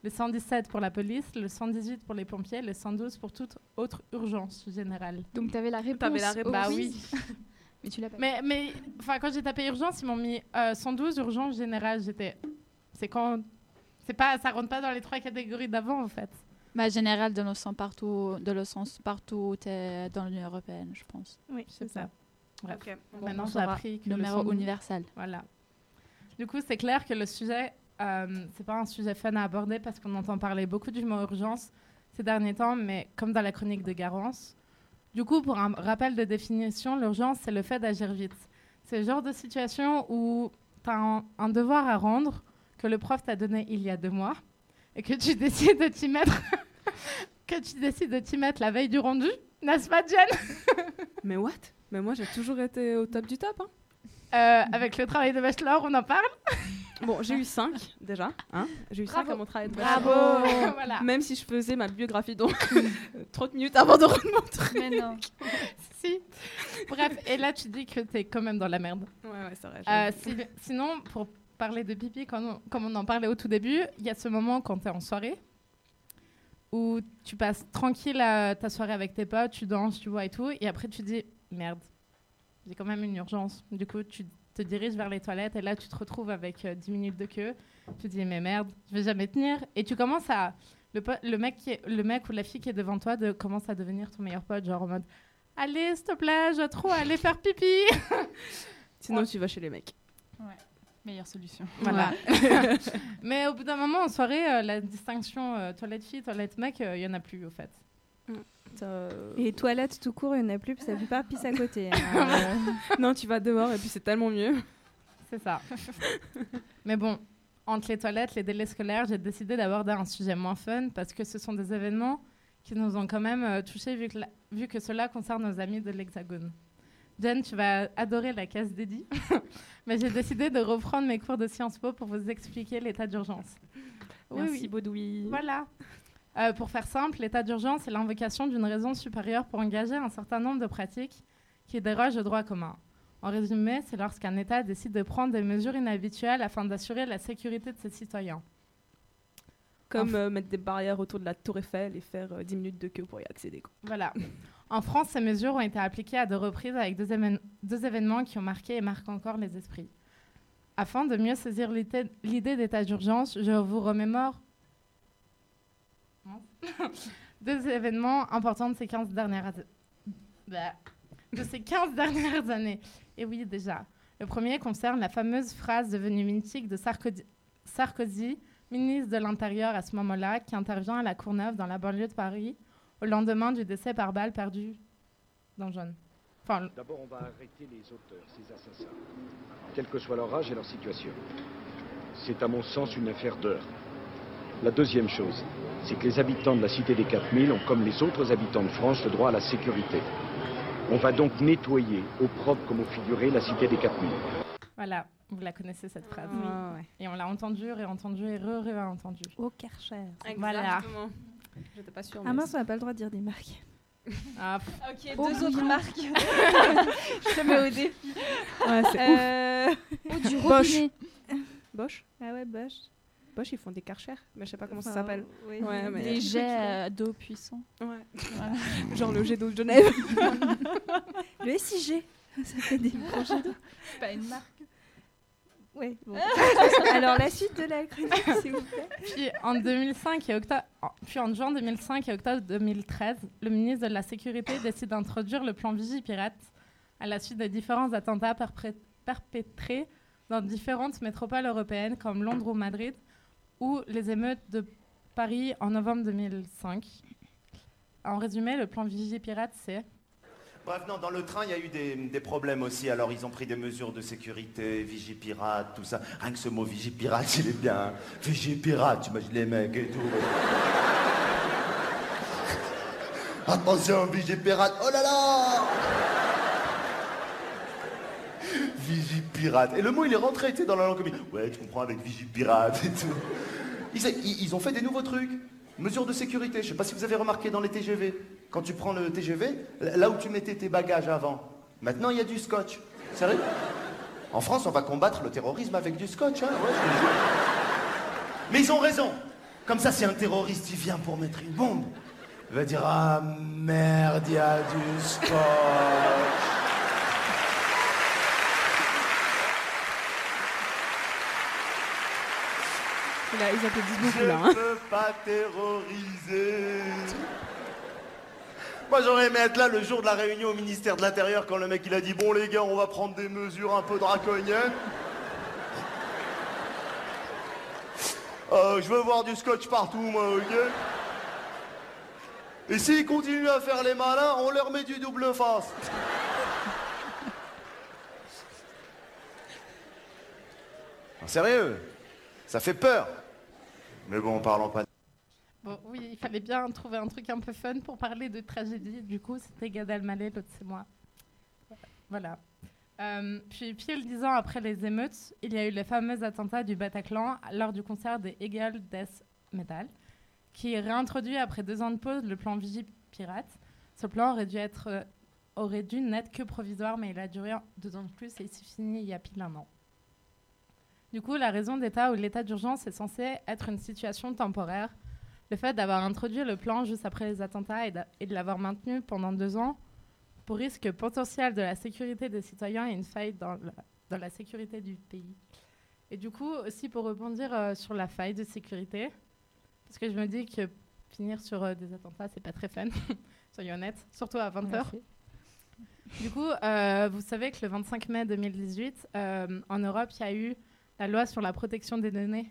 Speaker 4: le 117 pour la police, le 118 pour les pompiers, le 112 pour toute autre urgence générale.
Speaker 8: Donc t'avais la réponse.
Speaker 2: T'avais la
Speaker 8: au
Speaker 2: réponse.
Speaker 4: Bah
Speaker 8: quiz,
Speaker 4: oui.
Speaker 8: Mais tu l'as pas.
Speaker 4: Mais, mais enfin, quand j'ai tapé urgence, ils m'ont mis euh, 112 urgence générale. J'étais. C'est quand. C'est pas, ça rentre pas dans les trois catégories d'avant en fait.
Speaker 22: Bah, général, de le sens partout, de le sens partout où t'es dans l'Union européenne, je pense.
Speaker 5: Oui,
Speaker 4: Je sais
Speaker 5: c'est ça.
Speaker 4: pas. Bref.
Speaker 5: Ok.
Speaker 4: Maintenant,
Speaker 22: On
Speaker 4: j'ai
Speaker 22: saura.
Speaker 4: appris que
Speaker 22: numéro
Speaker 4: le 112
Speaker 22: universel.
Speaker 4: Voilà. Du coup, c'est clair que le sujet, euh, c'est pas un sujet fun à aborder parce qu'on entend parler beaucoup du mot urgence ces derniers temps, mais comme dans la chronique de Garance. Du coup, pour un rappel de définition, l'urgence, c'est le fait d'agir vite. C'est le genre de situation où tu as un, un devoir à rendre que le prof t'a donné il y a deux mois et que tu décides de t'y mettre, que tu décides de t'y mettre la veille du rendu, n'est-ce pas, Jen
Speaker 2: Mais what Mais moi, j'ai toujours été au top du top. hein.
Speaker 4: Euh, Avec le travail de bachelor, on en parle
Speaker 2: Bon, j'ai eu 5 déjà. hein. j'ai eu 5
Speaker 4: Bravo.
Speaker 2: à mon travail de
Speaker 4: Bravo.
Speaker 2: bachelor.
Speaker 4: Voilà.
Speaker 2: Même si je faisais ma biographie dans 30 minutes avant de rendre mon truc.
Speaker 7: Mais non.
Speaker 4: Si. Bref, et là, tu dis que t'es quand même dans la merde.
Speaker 2: Ouais, ouais, c'est vrai.
Speaker 4: Euh,
Speaker 2: j'avoue.
Speaker 4: si- sinon, pour parler de pipi, quand on- comme on en parlait au tout début, il y a ce moment quand t'es en soirée où tu passes tranquille à ta soirée avec tes potes, tu danses, tu vois et tout, et après tu dis merde, j'ai quand même une urgence. Du coup, tu te diriges vers les toilettes et là, tu te retrouves avec euh, 10 minutes de queue. Tu dis mais merde, je vais jamais tenir. Et tu commences à le, po- le mec, qui est- le mec ou la fille qui est devant toi de, commence à devenir ton meilleur pote, genre en mode allez, s'il te plaît, je vais trop aller faire pipi.
Speaker 2: Sinon, tu vas chez les mecs.
Speaker 7: Ouais. Meilleure solution.
Speaker 4: Voilà. Mais au bout d'un moment, en soirée, euh, la distinction euh, toilette-fille, toilette-mec, euh, il y en a plus, au fait.
Speaker 2: Euh,
Speaker 5: Et toilettes tout court, il n'y en a plus, puis ça fait pas pisse à côté. hein.
Speaker 2: non, tu vas dehors et puis c'est tellement mieux.
Speaker 4: C'est ça. Mais bon, entre les toilettes, les délais scolaires, j'ai décidé d'aborder un sujet moins fun parce que ce sont des événements qui nous ont quand même euh, touchés vu que, la- vu que cela concerne nos amis de l'Hexagone. Jen, tu vas adorer la case dédiée, mais j'ai décidé de reprendre mes cours de Sciences Po pour vous expliquer l'état d'urgence.
Speaker 2: Merci, Baudouille.
Speaker 4: Voilà. Euh, pour faire simple, l'état d'urgence est l'invocation d'une raison supérieure pour engager un certain nombre de pratiques qui dérogent au droit commun. En résumé, c'est lorsqu'un État décide de prendre des mesures inhabituelles afin d'assurer la sécurité de ses citoyens.
Speaker 2: Comme
Speaker 4: Enf-
Speaker 2: euh, mettre des barrières autour de la Tour Eiffel et faire euh, 10 minutes de queue pour y accéder. quoi.
Speaker 4: Voilà. En France, ces mesures ont été appliquées à deux reprises avec deux, émen- deux événements qui ont marqué et marquent encore les esprits. Afin de mieux saisir l'ité- l'idée d'état d'urgence, je vous remémore deux événements importants de ces 15 dernières, ad- Bah. de ces 15 dernières années. Et oui, déjà. Le premier concerne la fameuse phrase devenue mythique de Sarkozy, Sarkozy, ministre de l'Intérieur à ce moment-là, qui intervient à la Courneuve dans la banlieue de Paris au lendemain du décès par balle perdu dans Jaune. Enfin, le-
Speaker 6: D'abord, on va arrêter les auteurs, ces assassins, quel que soit leur âge et leur situation. C'est à mon sens une affaire d'heure. La deuxième chose, c'est que les habitants de la cité des 4000 ont, comme les autres habitants de France, le droit à la sécurité. On va donc nettoyer, au propre comme au figuré, la cité des 4000.
Speaker 4: voilà, vous la connaissez cette phrase.
Speaker 5: Oui.
Speaker 4: Ah, ouais. Et on l'a entendue, réentendue et re-réentendue.
Speaker 5: Au Karcher.
Speaker 4: Voilà.
Speaker 2: J'étais pas sûre.
Speaker 5: Ah mince, on n'a pas le droit de dire des marques.
Speaker 4: Ah,
Speaker 5: Ok,
Speaker 9: Oh, deux autres marques.
Speaker 5: Je te mets au défi.
Speaker 2: Ouais, c'est ouf.
Speaker 5: Ou Oh, du
Speaker 2: Bosch.
Speaker 5: robinet.
Speaker 2: Bosch
Speaker 5: Ah ouais, Bosch.
Speaker 2: Bosch, ils font des karchers, mais je sais pas comment ça
Speaker 5: Enfin,
Speaker 2: s'appelle.
Speaker 5: oui.
Speaker 2: Ouais, mais-
Speaker 22: Des jets euh, d'eau puissants.
Speaker 2: Ouais.
Speaker 22: Voilà.
Speaker 2: Genre le jet d'eau de Genève.
Speaker 5: Le SIG. Ça fait des grands jets d'eau.
Speaker 7: Pas une marque.
Speaker 5: Ouais, bon. Alors, la suite de la chronique, s'il vous plaît.
Speaker 4: Puis en 2005 et octobre, puis en juin 2005 et octobre 2013, le ministre de la Sécurité décide d'introduire le plan Vigipirate à la suite de différents attentats perpré- perpétrés dans différentes métropoles européennes comme Londres ou Madrid ou les émeutes de Paris en novembre 2005. En résumé, le plan Vigipirate, c'est
Speaker 20: Bref, non, dans le train, il y a eu des, des problèmes aussi. Alors, ils ont pris des mesures de sécurité, vigipirate, tout ça. Rien que ce mot vigipirate, il est bien. hein. Vigipirate, t'imagines les mecs et tout. Attention, vigipirate, oh là là Vigipirate. Et le mot, il est rentré, tu sais, dans la langue commune. Ouais, tu comprends, avec vigipirate et tout. Ils, ils- ils ont fait des nouveaux trucs. Mesures de sécurité. Je sais pas si vous avez remarqué dans les TGV. Quand tu prends le TGV, là où tu mettais tes bagages avant, maintenant il y a du scotch. Sérieux En France, on va combattre le terrorisme avec du scotch. hein. Ouais, je te jure. Mais ils ont raison. Comme ça, si un terroriste il vient pour mettre une bombe, il va dire Ah merde, il y a du scotch.
Speaker 2: Là, ils applaudissent
Speaker 20: Je
Speaker 2: beaucoup là.
Speaker 20: ne
Speaker 2: hein.
Speaker 20: peux pas terroriser. Moi j'aurais aimé être là le jour de la réunion au ministère de l'Intérieur quand le mec il a dit bon les gars on va prendre des mesures un peu draconiennes. Euh, je veux voir du scotch partout moi ok. Et s'ils continuent à faire les malins, on leur met du double face. En Ah, sérieux, ça fait peur. Mais bon, parlons pas.
Speaker 4: Bon, oui, il fallait bien trouver un truc un peu fun pour parler de tragédie. Du coup, c'était Gad Elmaleh, l'autre c'est moi. Voilà. Euh, puis, pile dix ans après les émeutes, il y a eu les fameux attentats du Bataclan lors du concert des Eagles Death Metal, qui réintroduit après deux ans de pause le plan Vigipirate. Pirate. Ce plan aurait dû, être, euh, aurait dû n'être que provisoire, mais il a duré deux ans de plus et il s'est fini il y a pile un an. Du coup, la raison d'état ou l'état d'urgence est censée être une situation temporaire. Le fait d'avoir introduit le plan juste après les attentats et d'a- et de l'avoir maintenu pendant deux ans pour risque potentiel de la sécurité des citoyens et une faille dans la, dans la sécurité du pays. Et du coup, aussi pour rebondir euh, sur la faille de sécurité, parce que je me dis que finir sur euh, des attentats, c'est pas très fun, soyons honnêtes, surtout à 20h. Du coup, euh, vous savez que le 25 mai 2018, euh, en Europe, il y a eu la loi sur la protection des données.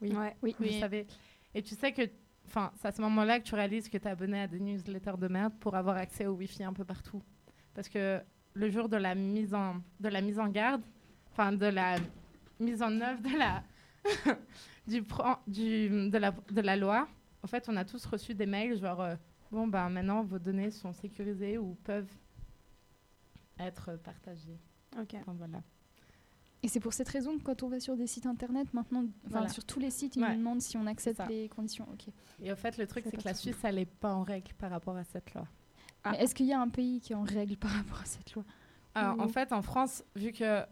Speaker 4: Oui,
Speaker 3: Ouais.
Speaker 4: oui, vous
Speaker 3: Oui.
Speaker 4: savez. Et tu sais que, enfin, c'est à ce moment-là que tu réalises que tu es abonné à des newsletters de merde pour avoir accès au Wi-Fi un peu partout. Parce que le jour de la mise en, de la mise en garde, enfin, de la mise en œuvre de la, du, pro- du- de la, de la loi, en fait, on a tous reçu des mails genre, euh, bon, ben maintenant, vos données sont sécurisées ou peuvent être partagées.
Speaker 2: Ok.
Speaker 4: Enfin, voilà.
Speaker 8: Et c'est pour cette raison que quand on va sur des sites internet maintenant, enfin,
Speaker 4: Voilà.
Speaker 8: sur tous les sites, ils
Speaker 4: Ouais.
Speaker 8: nous demandent si on accepte
Speaker 4: ça.
Speaker 8: les conditions. Ok.
Speaker 4: Et en fait, le truc,
Speaker 8: C'est
Speaker 4: c'est que
Speaker 8: pas
Speaker 4: la
Speaker 8: très
Speaker 4: Suisse, elle n'est pas en règle par rapport à cette loi.
Speaker 8: Mais est-ce qu'il y a un pays qui est en règle par rapport à cette loi
Speaker 4: Ah. Alors, en
Speaker 8: Ou-
Speaker 4: fait, en France, vu que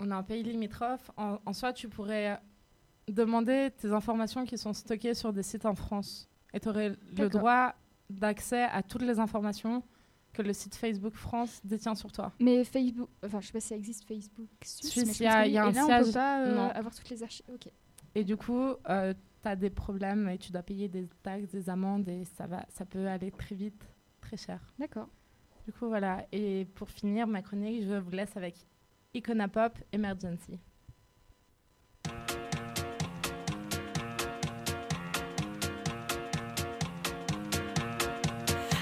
Speaker 4: on a un pays limitrophe, en, en soi, tu pourrais demander tes informations qui sont stockées sur des sites en France. Et tu aurais le
Speaker 8: D'accord.
Speaker 4: droit d'accès à toutes les informations que le site Facebook France détient sur toi.
Speaker 8: Mais Facebook, enfin, je sais pas si ça existe Facebook Suisse.
Speaker 4: Suisse,
Speaker 8: mais je
Speaker 4: il y
Speaker 8: pense
Speaker 4: a-
Speaker 8: que
Speaker 4: il y
Speaker 8: oui.
Speaker 4: a un
Speaker 8: Et là, on peut
Speaker 4: siège.
Speaker 8: pas euh,
Speaker 4: Non.
Speaker 8: avoir toutes les archives. Ok.
Speaker 4: Et du coup, tu as des problèmes et tu dois payer des taxes, des amendes et ça, va, ça peut aller très vite, très cher.
Speaker 8: D'accord.
Speaker 4: Du coup, voilà. Et pour finir ma chronique, je vous laisse avec Icona Pop Emergency.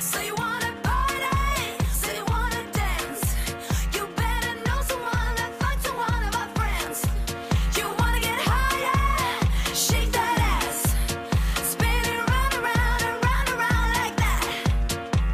Speaker 13: So you wanna party, so you wanna dance. You better know someone that fucks one of our friends. You wanna get higher, shake that ass, spin it round and round and round and round like that.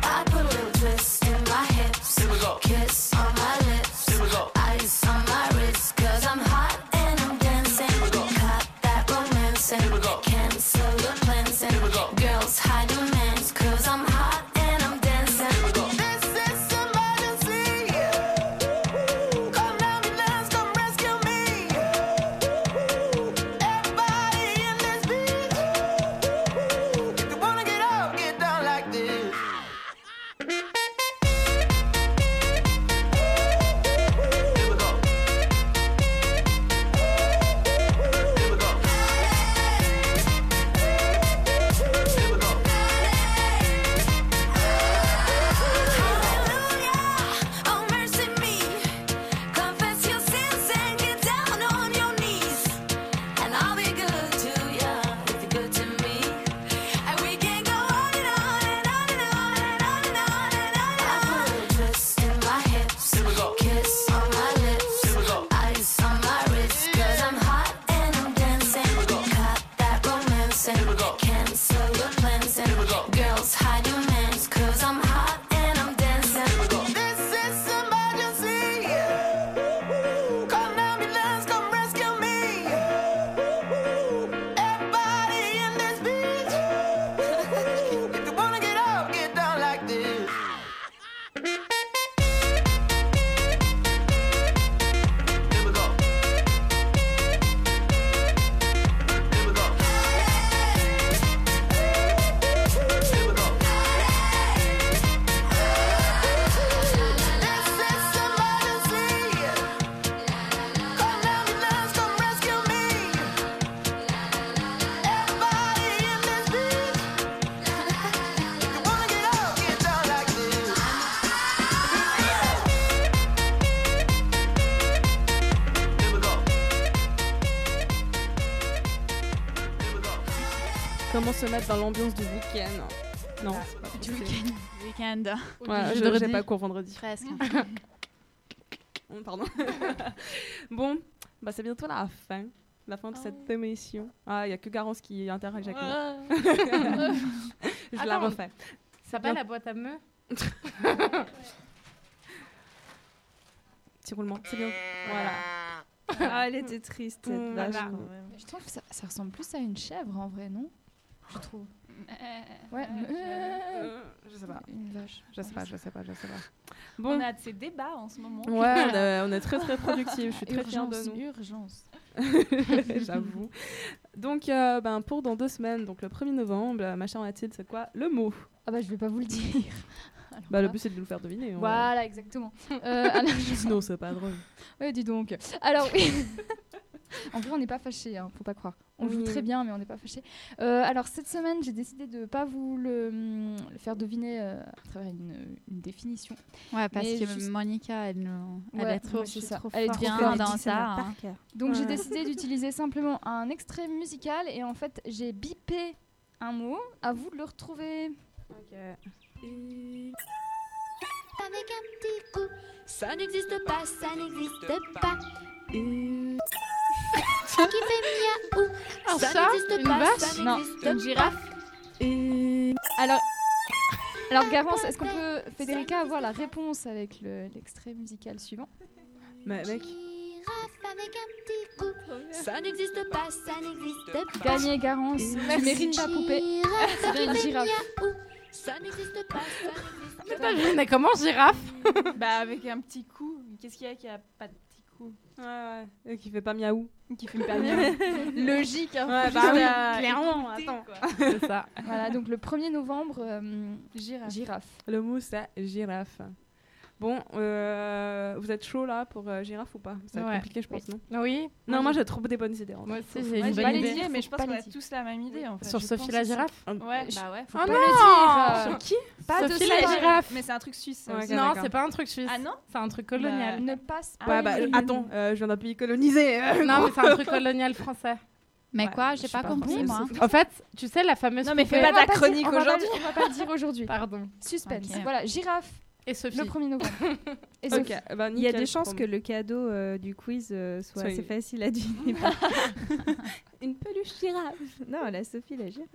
Speaker 13: I put a little twist in my hips, here we go. Kiss on my lips, here we go. Ice on my wrist, cause I'm hot and I'm dancing. Here we go. Cut that romance, here we go. Cancel your plans, here we go. Girls hide your mans, cause I'm hot and I'm dancing. Here we go. This is emergency. Come now, let's come rescue me. Everybody in this beach. If you wanna get up, get down like this. Oh mercy me, confess your sins and get down on your knees, and I'll be good to you if you're good to me, and we can go on and on and on and on and on and on and on. I put a twist in my hips, here we go. Kiss on my lips, here we go. Ice on my wrist, 'cause I'm hot and I'm dancing. Here we go. Cut that romance, here we go. Cancel your plans, here we go. Girls hide your mans, 'cause I'm hot and I'm dancing. Here we go. This is emergency. Come ambulance, come rescue me. Everybody in this beach. if you wanna get up, get down like this.
Speaker 2: Comment se mettre dans l'ambiance du week-end Non, c'est pas
Speaker 22: Du
Speaker 2: possible.
Speaker 22: week-end. Week-end.
Speaker 2: Ouais, je j'ai pas cours vendredi.
Speaker 22: Presque.
Speaker 2: Hum, Pardon. bon, bah c'est bientôt la fin. La fin de cette émission. Ah, il n'y a que Garance qui interagit avec moi.
Speaker 4: Ouais.
Speaker 2: je la
Speaker 4: Attends,
Speaker 2: refais.
Speaker 4: Ça pas
Speaker 2: Bien-
Speaker 4: la boîte à meux
Speaker 2: Petit roulement. C'est bien. Voilà.
Speaker 5: Ah, elle était triste, cette
Speaker 2: Hum,
Speaker 5: vache.
Speaker 2: voilà.
Speaker 8: Mais je trouve que ça, ça ressemble plus à une chèvre en vrai, non Je trouve.
Speaker 9: euh,
Speaker 8: Ouais.
Speaker 2: euh, je sais pas.
Speaker 8: Une vache.
Speaker 2: Je sais pas, je sais pas, je sais pas.
Speaker 22: On a de ces débats en ce moment.
Speaker 2: Ouais, on est, on est très très productifs. Je suis très fière
Speaker 22: urgence,
Speaker 2: de nous.
Speaker 22: Urgence.
Speaker 2: J'avoue. Donc, euh, ben, pour dans deux semaines, donc le 1er novembre, euh, ma chère Mathilde, c'est quoi le mot
Speaker 8: Ah bah je vais pas vous le dire.
Speaker 2: bah, Le
Speaker 8: là.
Speaker 2: but c'est de nous le faire deviner. on-
Speaker 8: Voilà, exactement. Euh, alors, je-
Speaker 2: Sinon, c'est pas drôle.
Speaker 8: Ouais, dis donc. Alors oui. En vrai, on n'est pas fâchés, hein, faut pas croire. On joue
Speaker 24: Oui.
Speaker 8: très bien, mais on n'est pas fâchés. Euh, alors, cette semaine, j'ai décidé de pas vous le, hum, le faire deviner euh, à travers une, une définition.
Speaker 22: Ouais, parce
Speaker 8: Mais
Speaker 22: que
Speaker 8: juste-
Speaker 22: Monica, elle, nous- elle
Speaker 8: Ouais,
Speaker 22: est trop,
Speaker 8: ouais, c'est ça.
Speaker 22: trop
Speaker 8: Elle est
Speaker 22: forte.
Speaker 8: trop
Speaker 22: bien
Speaker 8: forte.
Speaker 22: dans ça. hein.
Speaker 8: Donc j'ai
Speaker 22: Ouais.
Speaker 8: décidé d'utiliser simplement un extrait musical et en fait j'ai bipé un mot. À vous de le retrouver.
Speaker 13: Avec un petit coup, ça n'existe pas, ça n'existe pas. Une- Qui fait miaou,
Speaker 8: Ah,
Speaker 4: Un
Speaker 13: ça
Speaker 4: chat,
Speaker 13: n'existe
Speaker 4: une
Speaker 13: pas,
Speaker 4: vache
Speaker 13: ça
Speaker 4: Non,
Speaker 13: n'existe pas.
Speaker 4: une girafe.
Speaker 8: Alors, alors Garance, est-ce qu'on peut Federica avoir la réponse avec le- l'extrait musical suivant
Speaker 2: Mais mec,
Speaker 13: Girafe avec un petit coup, ça n'existe pas, ça n'existe pas.
Speaker 8: Gagné Garance, tu
Speaker 13: Merci.
Speaker 8: mérite ta poupée.
Speaker 13: Girafe
Speaker 8: C'est une
Speaker 13: qui fait
Speaker 8: girafe.
Speaker 13: miaou, ça n'existe pas, ça n'existe pas.
Speaker 4: Mais comment girafe
Speaker 9: Bah avec un petit coup. Qu'est-ce qu'il y a qui a pas de petit coup
Speaker 2: Ouais, ouais. Et qui fait pas miaou.
Speaker 9: Qui fait pas miaou. Logique, hein,
Speaker 2: Ouais,
Speaker 9: faut
Speaker 2: bah
Speaker 9: juste
Speaker 2: oui,
Speaker 9: la-
Speaker 2: clairement,
Speaker 9: écouter,
Speaker 2: attends.
Speaker 9: quoi.
Speaker 4: C'est ça.
Speaker 8: Voilà, donc le 1er novembre, euh, girafe.
Speaker 2: Le mot, c'est girafe. Bon, euh, vous êtes chaud là pour euh, girafe ou pas Ça va être
Speaker 4: Ouais.
Speaker 2: compliqué, je pense, non
Speaker 4: Oui.
Speaker 2: Non, moi j'ai trop des bonnes idées. en
Speaker 4: Moi
Speaker 2: fait.
Speaker 4: aussi,
Speaker 2: Faut-
Speaker 4: j'ai
Speaker 9: Ouais,
Speaker 4: une
Speaker 9: j'ai
Speaker 4: bonne
Speaker 9: pas les
Speaker 4: idée.
Speaker 9: idées, mais je pense
Speaker 8: pas
Speaker 9: qu'on
Speaker 8: les
Speaker 9: a tous la même idée en fait.
Speaker 4: Sur
Speaker 9: je
Speaker 4: Sophie
Speaker 9: pense
Speaker 4: la
Speaker 9: aussi.
Speaker 4: girafe
Speaker 9: Ouais. Bah ouais.
Speaker 4: Oh
Speaker 9: pas
Speaker 4: non
Speaker 9: le dire.
Speaker 4: Sur qui
Speaker 9: Pas de
Speaker 4: Sophie
Speaker 9: Sophie.
Speaker 4: la girafe.
Speaker 9: Mais c'est un truc suisse. ça
Speaker 2: Ouais,
Speaker 9: aussi.
Speaker 2: ok,
Speaker 4: Non,
Speaker 2: d'accord.
Speaker 4: c'est pas un truc suisse.
Speaker 9: Ah non
Speaker 4: C'est un truc colonial.
Speaker 8: ne passe
Speaker 2: Ouais, bah,
Speaker 8: les-
Speaker 2: attends, euh, je viens d'un pays colonisé. euh,
Speaker 4: Non, mais
Speaker 2: gros.
Speaker 4: c'est un truc colonial français.
Speaker 22: Mais quoi, j'ai
Speaker 4: je sais
Speaker 22: pas compris,
Speaker 4: comment ça
Speaker 22: moi.
Speaker 4: s'appelle. En fait, tu sais, la fameuse.
Speaker 9: Non, mais
Speaker 4: poupée-
Speaker 9: fais pas ta
Speaker 8: pas dire-
Speaker 9: chronique
Speaker 8: on va pas-
Speaker 9: aujourd'hui.
Speaker 8: On va pas le dire aujourd'hui.
Speaker 4: Pardon.
Speaker 8: Suspense.
Speaker 22: Ok.
Speaker 8: Voilà, girafe
Speaker 4: Et Sophie.
Speaker 8: le 1er novembre. Et
Speaker 2: Ok,
Speaker 8: Sophie.
Speaker 2: bah,
Speaker 5: Il y a
Speaker 2: nickel,
Speaker 5: des chances
Speaker 2: promis.
Speaker 5: que le cadeau euh, du quiz euh, soit
Speaker 2: Soit
Speaker 5: assez
Speaker 2: une-
Speaker 5: facile à deviner. une peluche girafe. Non, la Sophie, la girafe.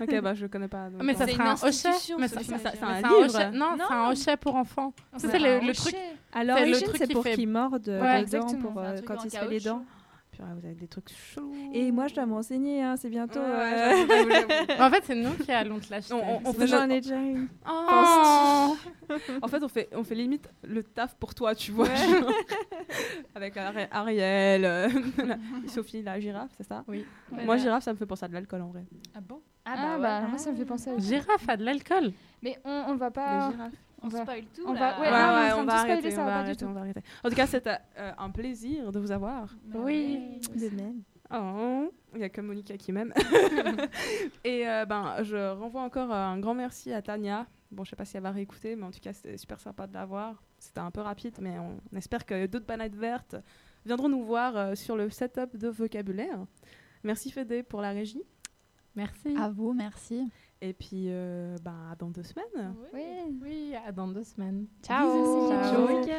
Speaker 2: Ok, bah je connais pas. donc,
Speaker 4: Ah, Mais ça
Speaker 2: euh,
Speaker 4: serait un hochet. Mais ça-
Speaker 2: Sophie,
Speaker 4: mais ça-
Speaker 2: c'est
Speaker 4: mais
Speaker 2: un
Speaker 4: c'est un
Speaker 2: livre.
Speaker 4: hochet. Non, c'est un hochet pour enfants. Tu sais, le, le truc.
Speaker 5: À
Speaker 4: c'est le
Speaker 5: l'origine,
Speaker 4: truc
Speaker 5: c'est
Speaker 4: qui
Speaker 5: pour
Speaker 4: fait-
Speaker 5: qu'il morde euh,
Speaker 4: Ouais.
Speaker 5: les dents pour,
Speaker 4: Exactement, c'est un
Speaker 5: euh,
Speaker 4: truc
Speaker 5: quand
Speaker 4: en
Speaker 5: il se fait les
Speaker 4: caoutchouc.
Speaker 5: dents.
Speaker 2: Purée, vous avez des trucs chelous.
Speaker 5: Et moi, je dois me renseigner, hein, c'est bientôt.
Speaker 2: Ouais, ouais,
Speaker 5: euh,
Speaker 2: j'avoue, j'avoue, j'avoue.
Speaker 4: En fait, c'est nous qui allons te l'acheter.
Speaker 2: On- on- on
Speaker 5: non,
Speaker 2: fait
Speaker 5: J'en
Speaker 2: notre-
Speaker 5: ai déjà une.
Speaker 4: Oh.
Speaker 2: en fait, on fait, on fait limite le taf pour toi, tu vois. genre. Avec Ari- Ariel, euh, la- Sophie, la girafe, c'est ça
Speaker 4: Oui.
Speaker 2: Moi,
Speaker 4: Voilà.
Speaker 2: girafe, ça me fait penser à de l'alcool en vrai.
Speaker 4: Ah bon
Speaker 8: Ah bah,
Speaker 4: ouais.
Speaker 8: alors moi ça me fait penser à
Speaker 4: Girafe a de l'alcool.
Speaker 8: Mais on, on va pas.
Speaker 2: Les girafes.
Speaker 8: Ah. On va...
Speaker 9: spoil tout,
Speaker 8: On
Speaker 9: là.
Speaker 8: va...
Speaker 2: Ouais,
Speaker 8: Ouais, non,
Speaker 2: ouais,
Speaker 8: on,
Speaker 2: on
Speaker 8: est en train de tout
Speaker 2: va
Speaker 8: spoiler,
Speaker 2: arrêter,
Speaker 8: ça va
Speaker 2: on va
Speaker 8: pas
Speaker 2: arrêter,
Speaker 8: du
Speaker 2: on
Speaker 8: tout.
Speaker 2: va arrêter. En tout cas, c'était euh, un plaisir de vous avoir.
Speaker 4: Oui.
Speaker 5: De même.
Speaker 2: Oh, il n'y a que Monica qui m'aime. et euh, ben, je renvoie encore euh, un grand merci à Tania. Bon, je sais pas si elle va réécouter, mais en tout cas, c'était super sympa de l'avoir. C'était un peu rapide, mais on espère que d'autres bananes vertes viendront nous voir euh, sur le setup de vocabulaire. Merci Fédé pour la régie.
Speaker 4: Merci.
Speaker 22: À vous, merci.
Speaker 2: Et puis, euh, ben, à dans deux semaines.
Speaker 4: Oui. Oui, à dans deux semaines.
Speaker 22: Ciao.
Speaker 4: Bisous.
Speaker 22: Ciao.
Speaker 4: Ciao.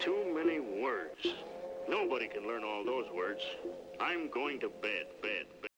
Speaker 23: Too many words. Nobody can learn all those words. I'm going to bed, bed, bed.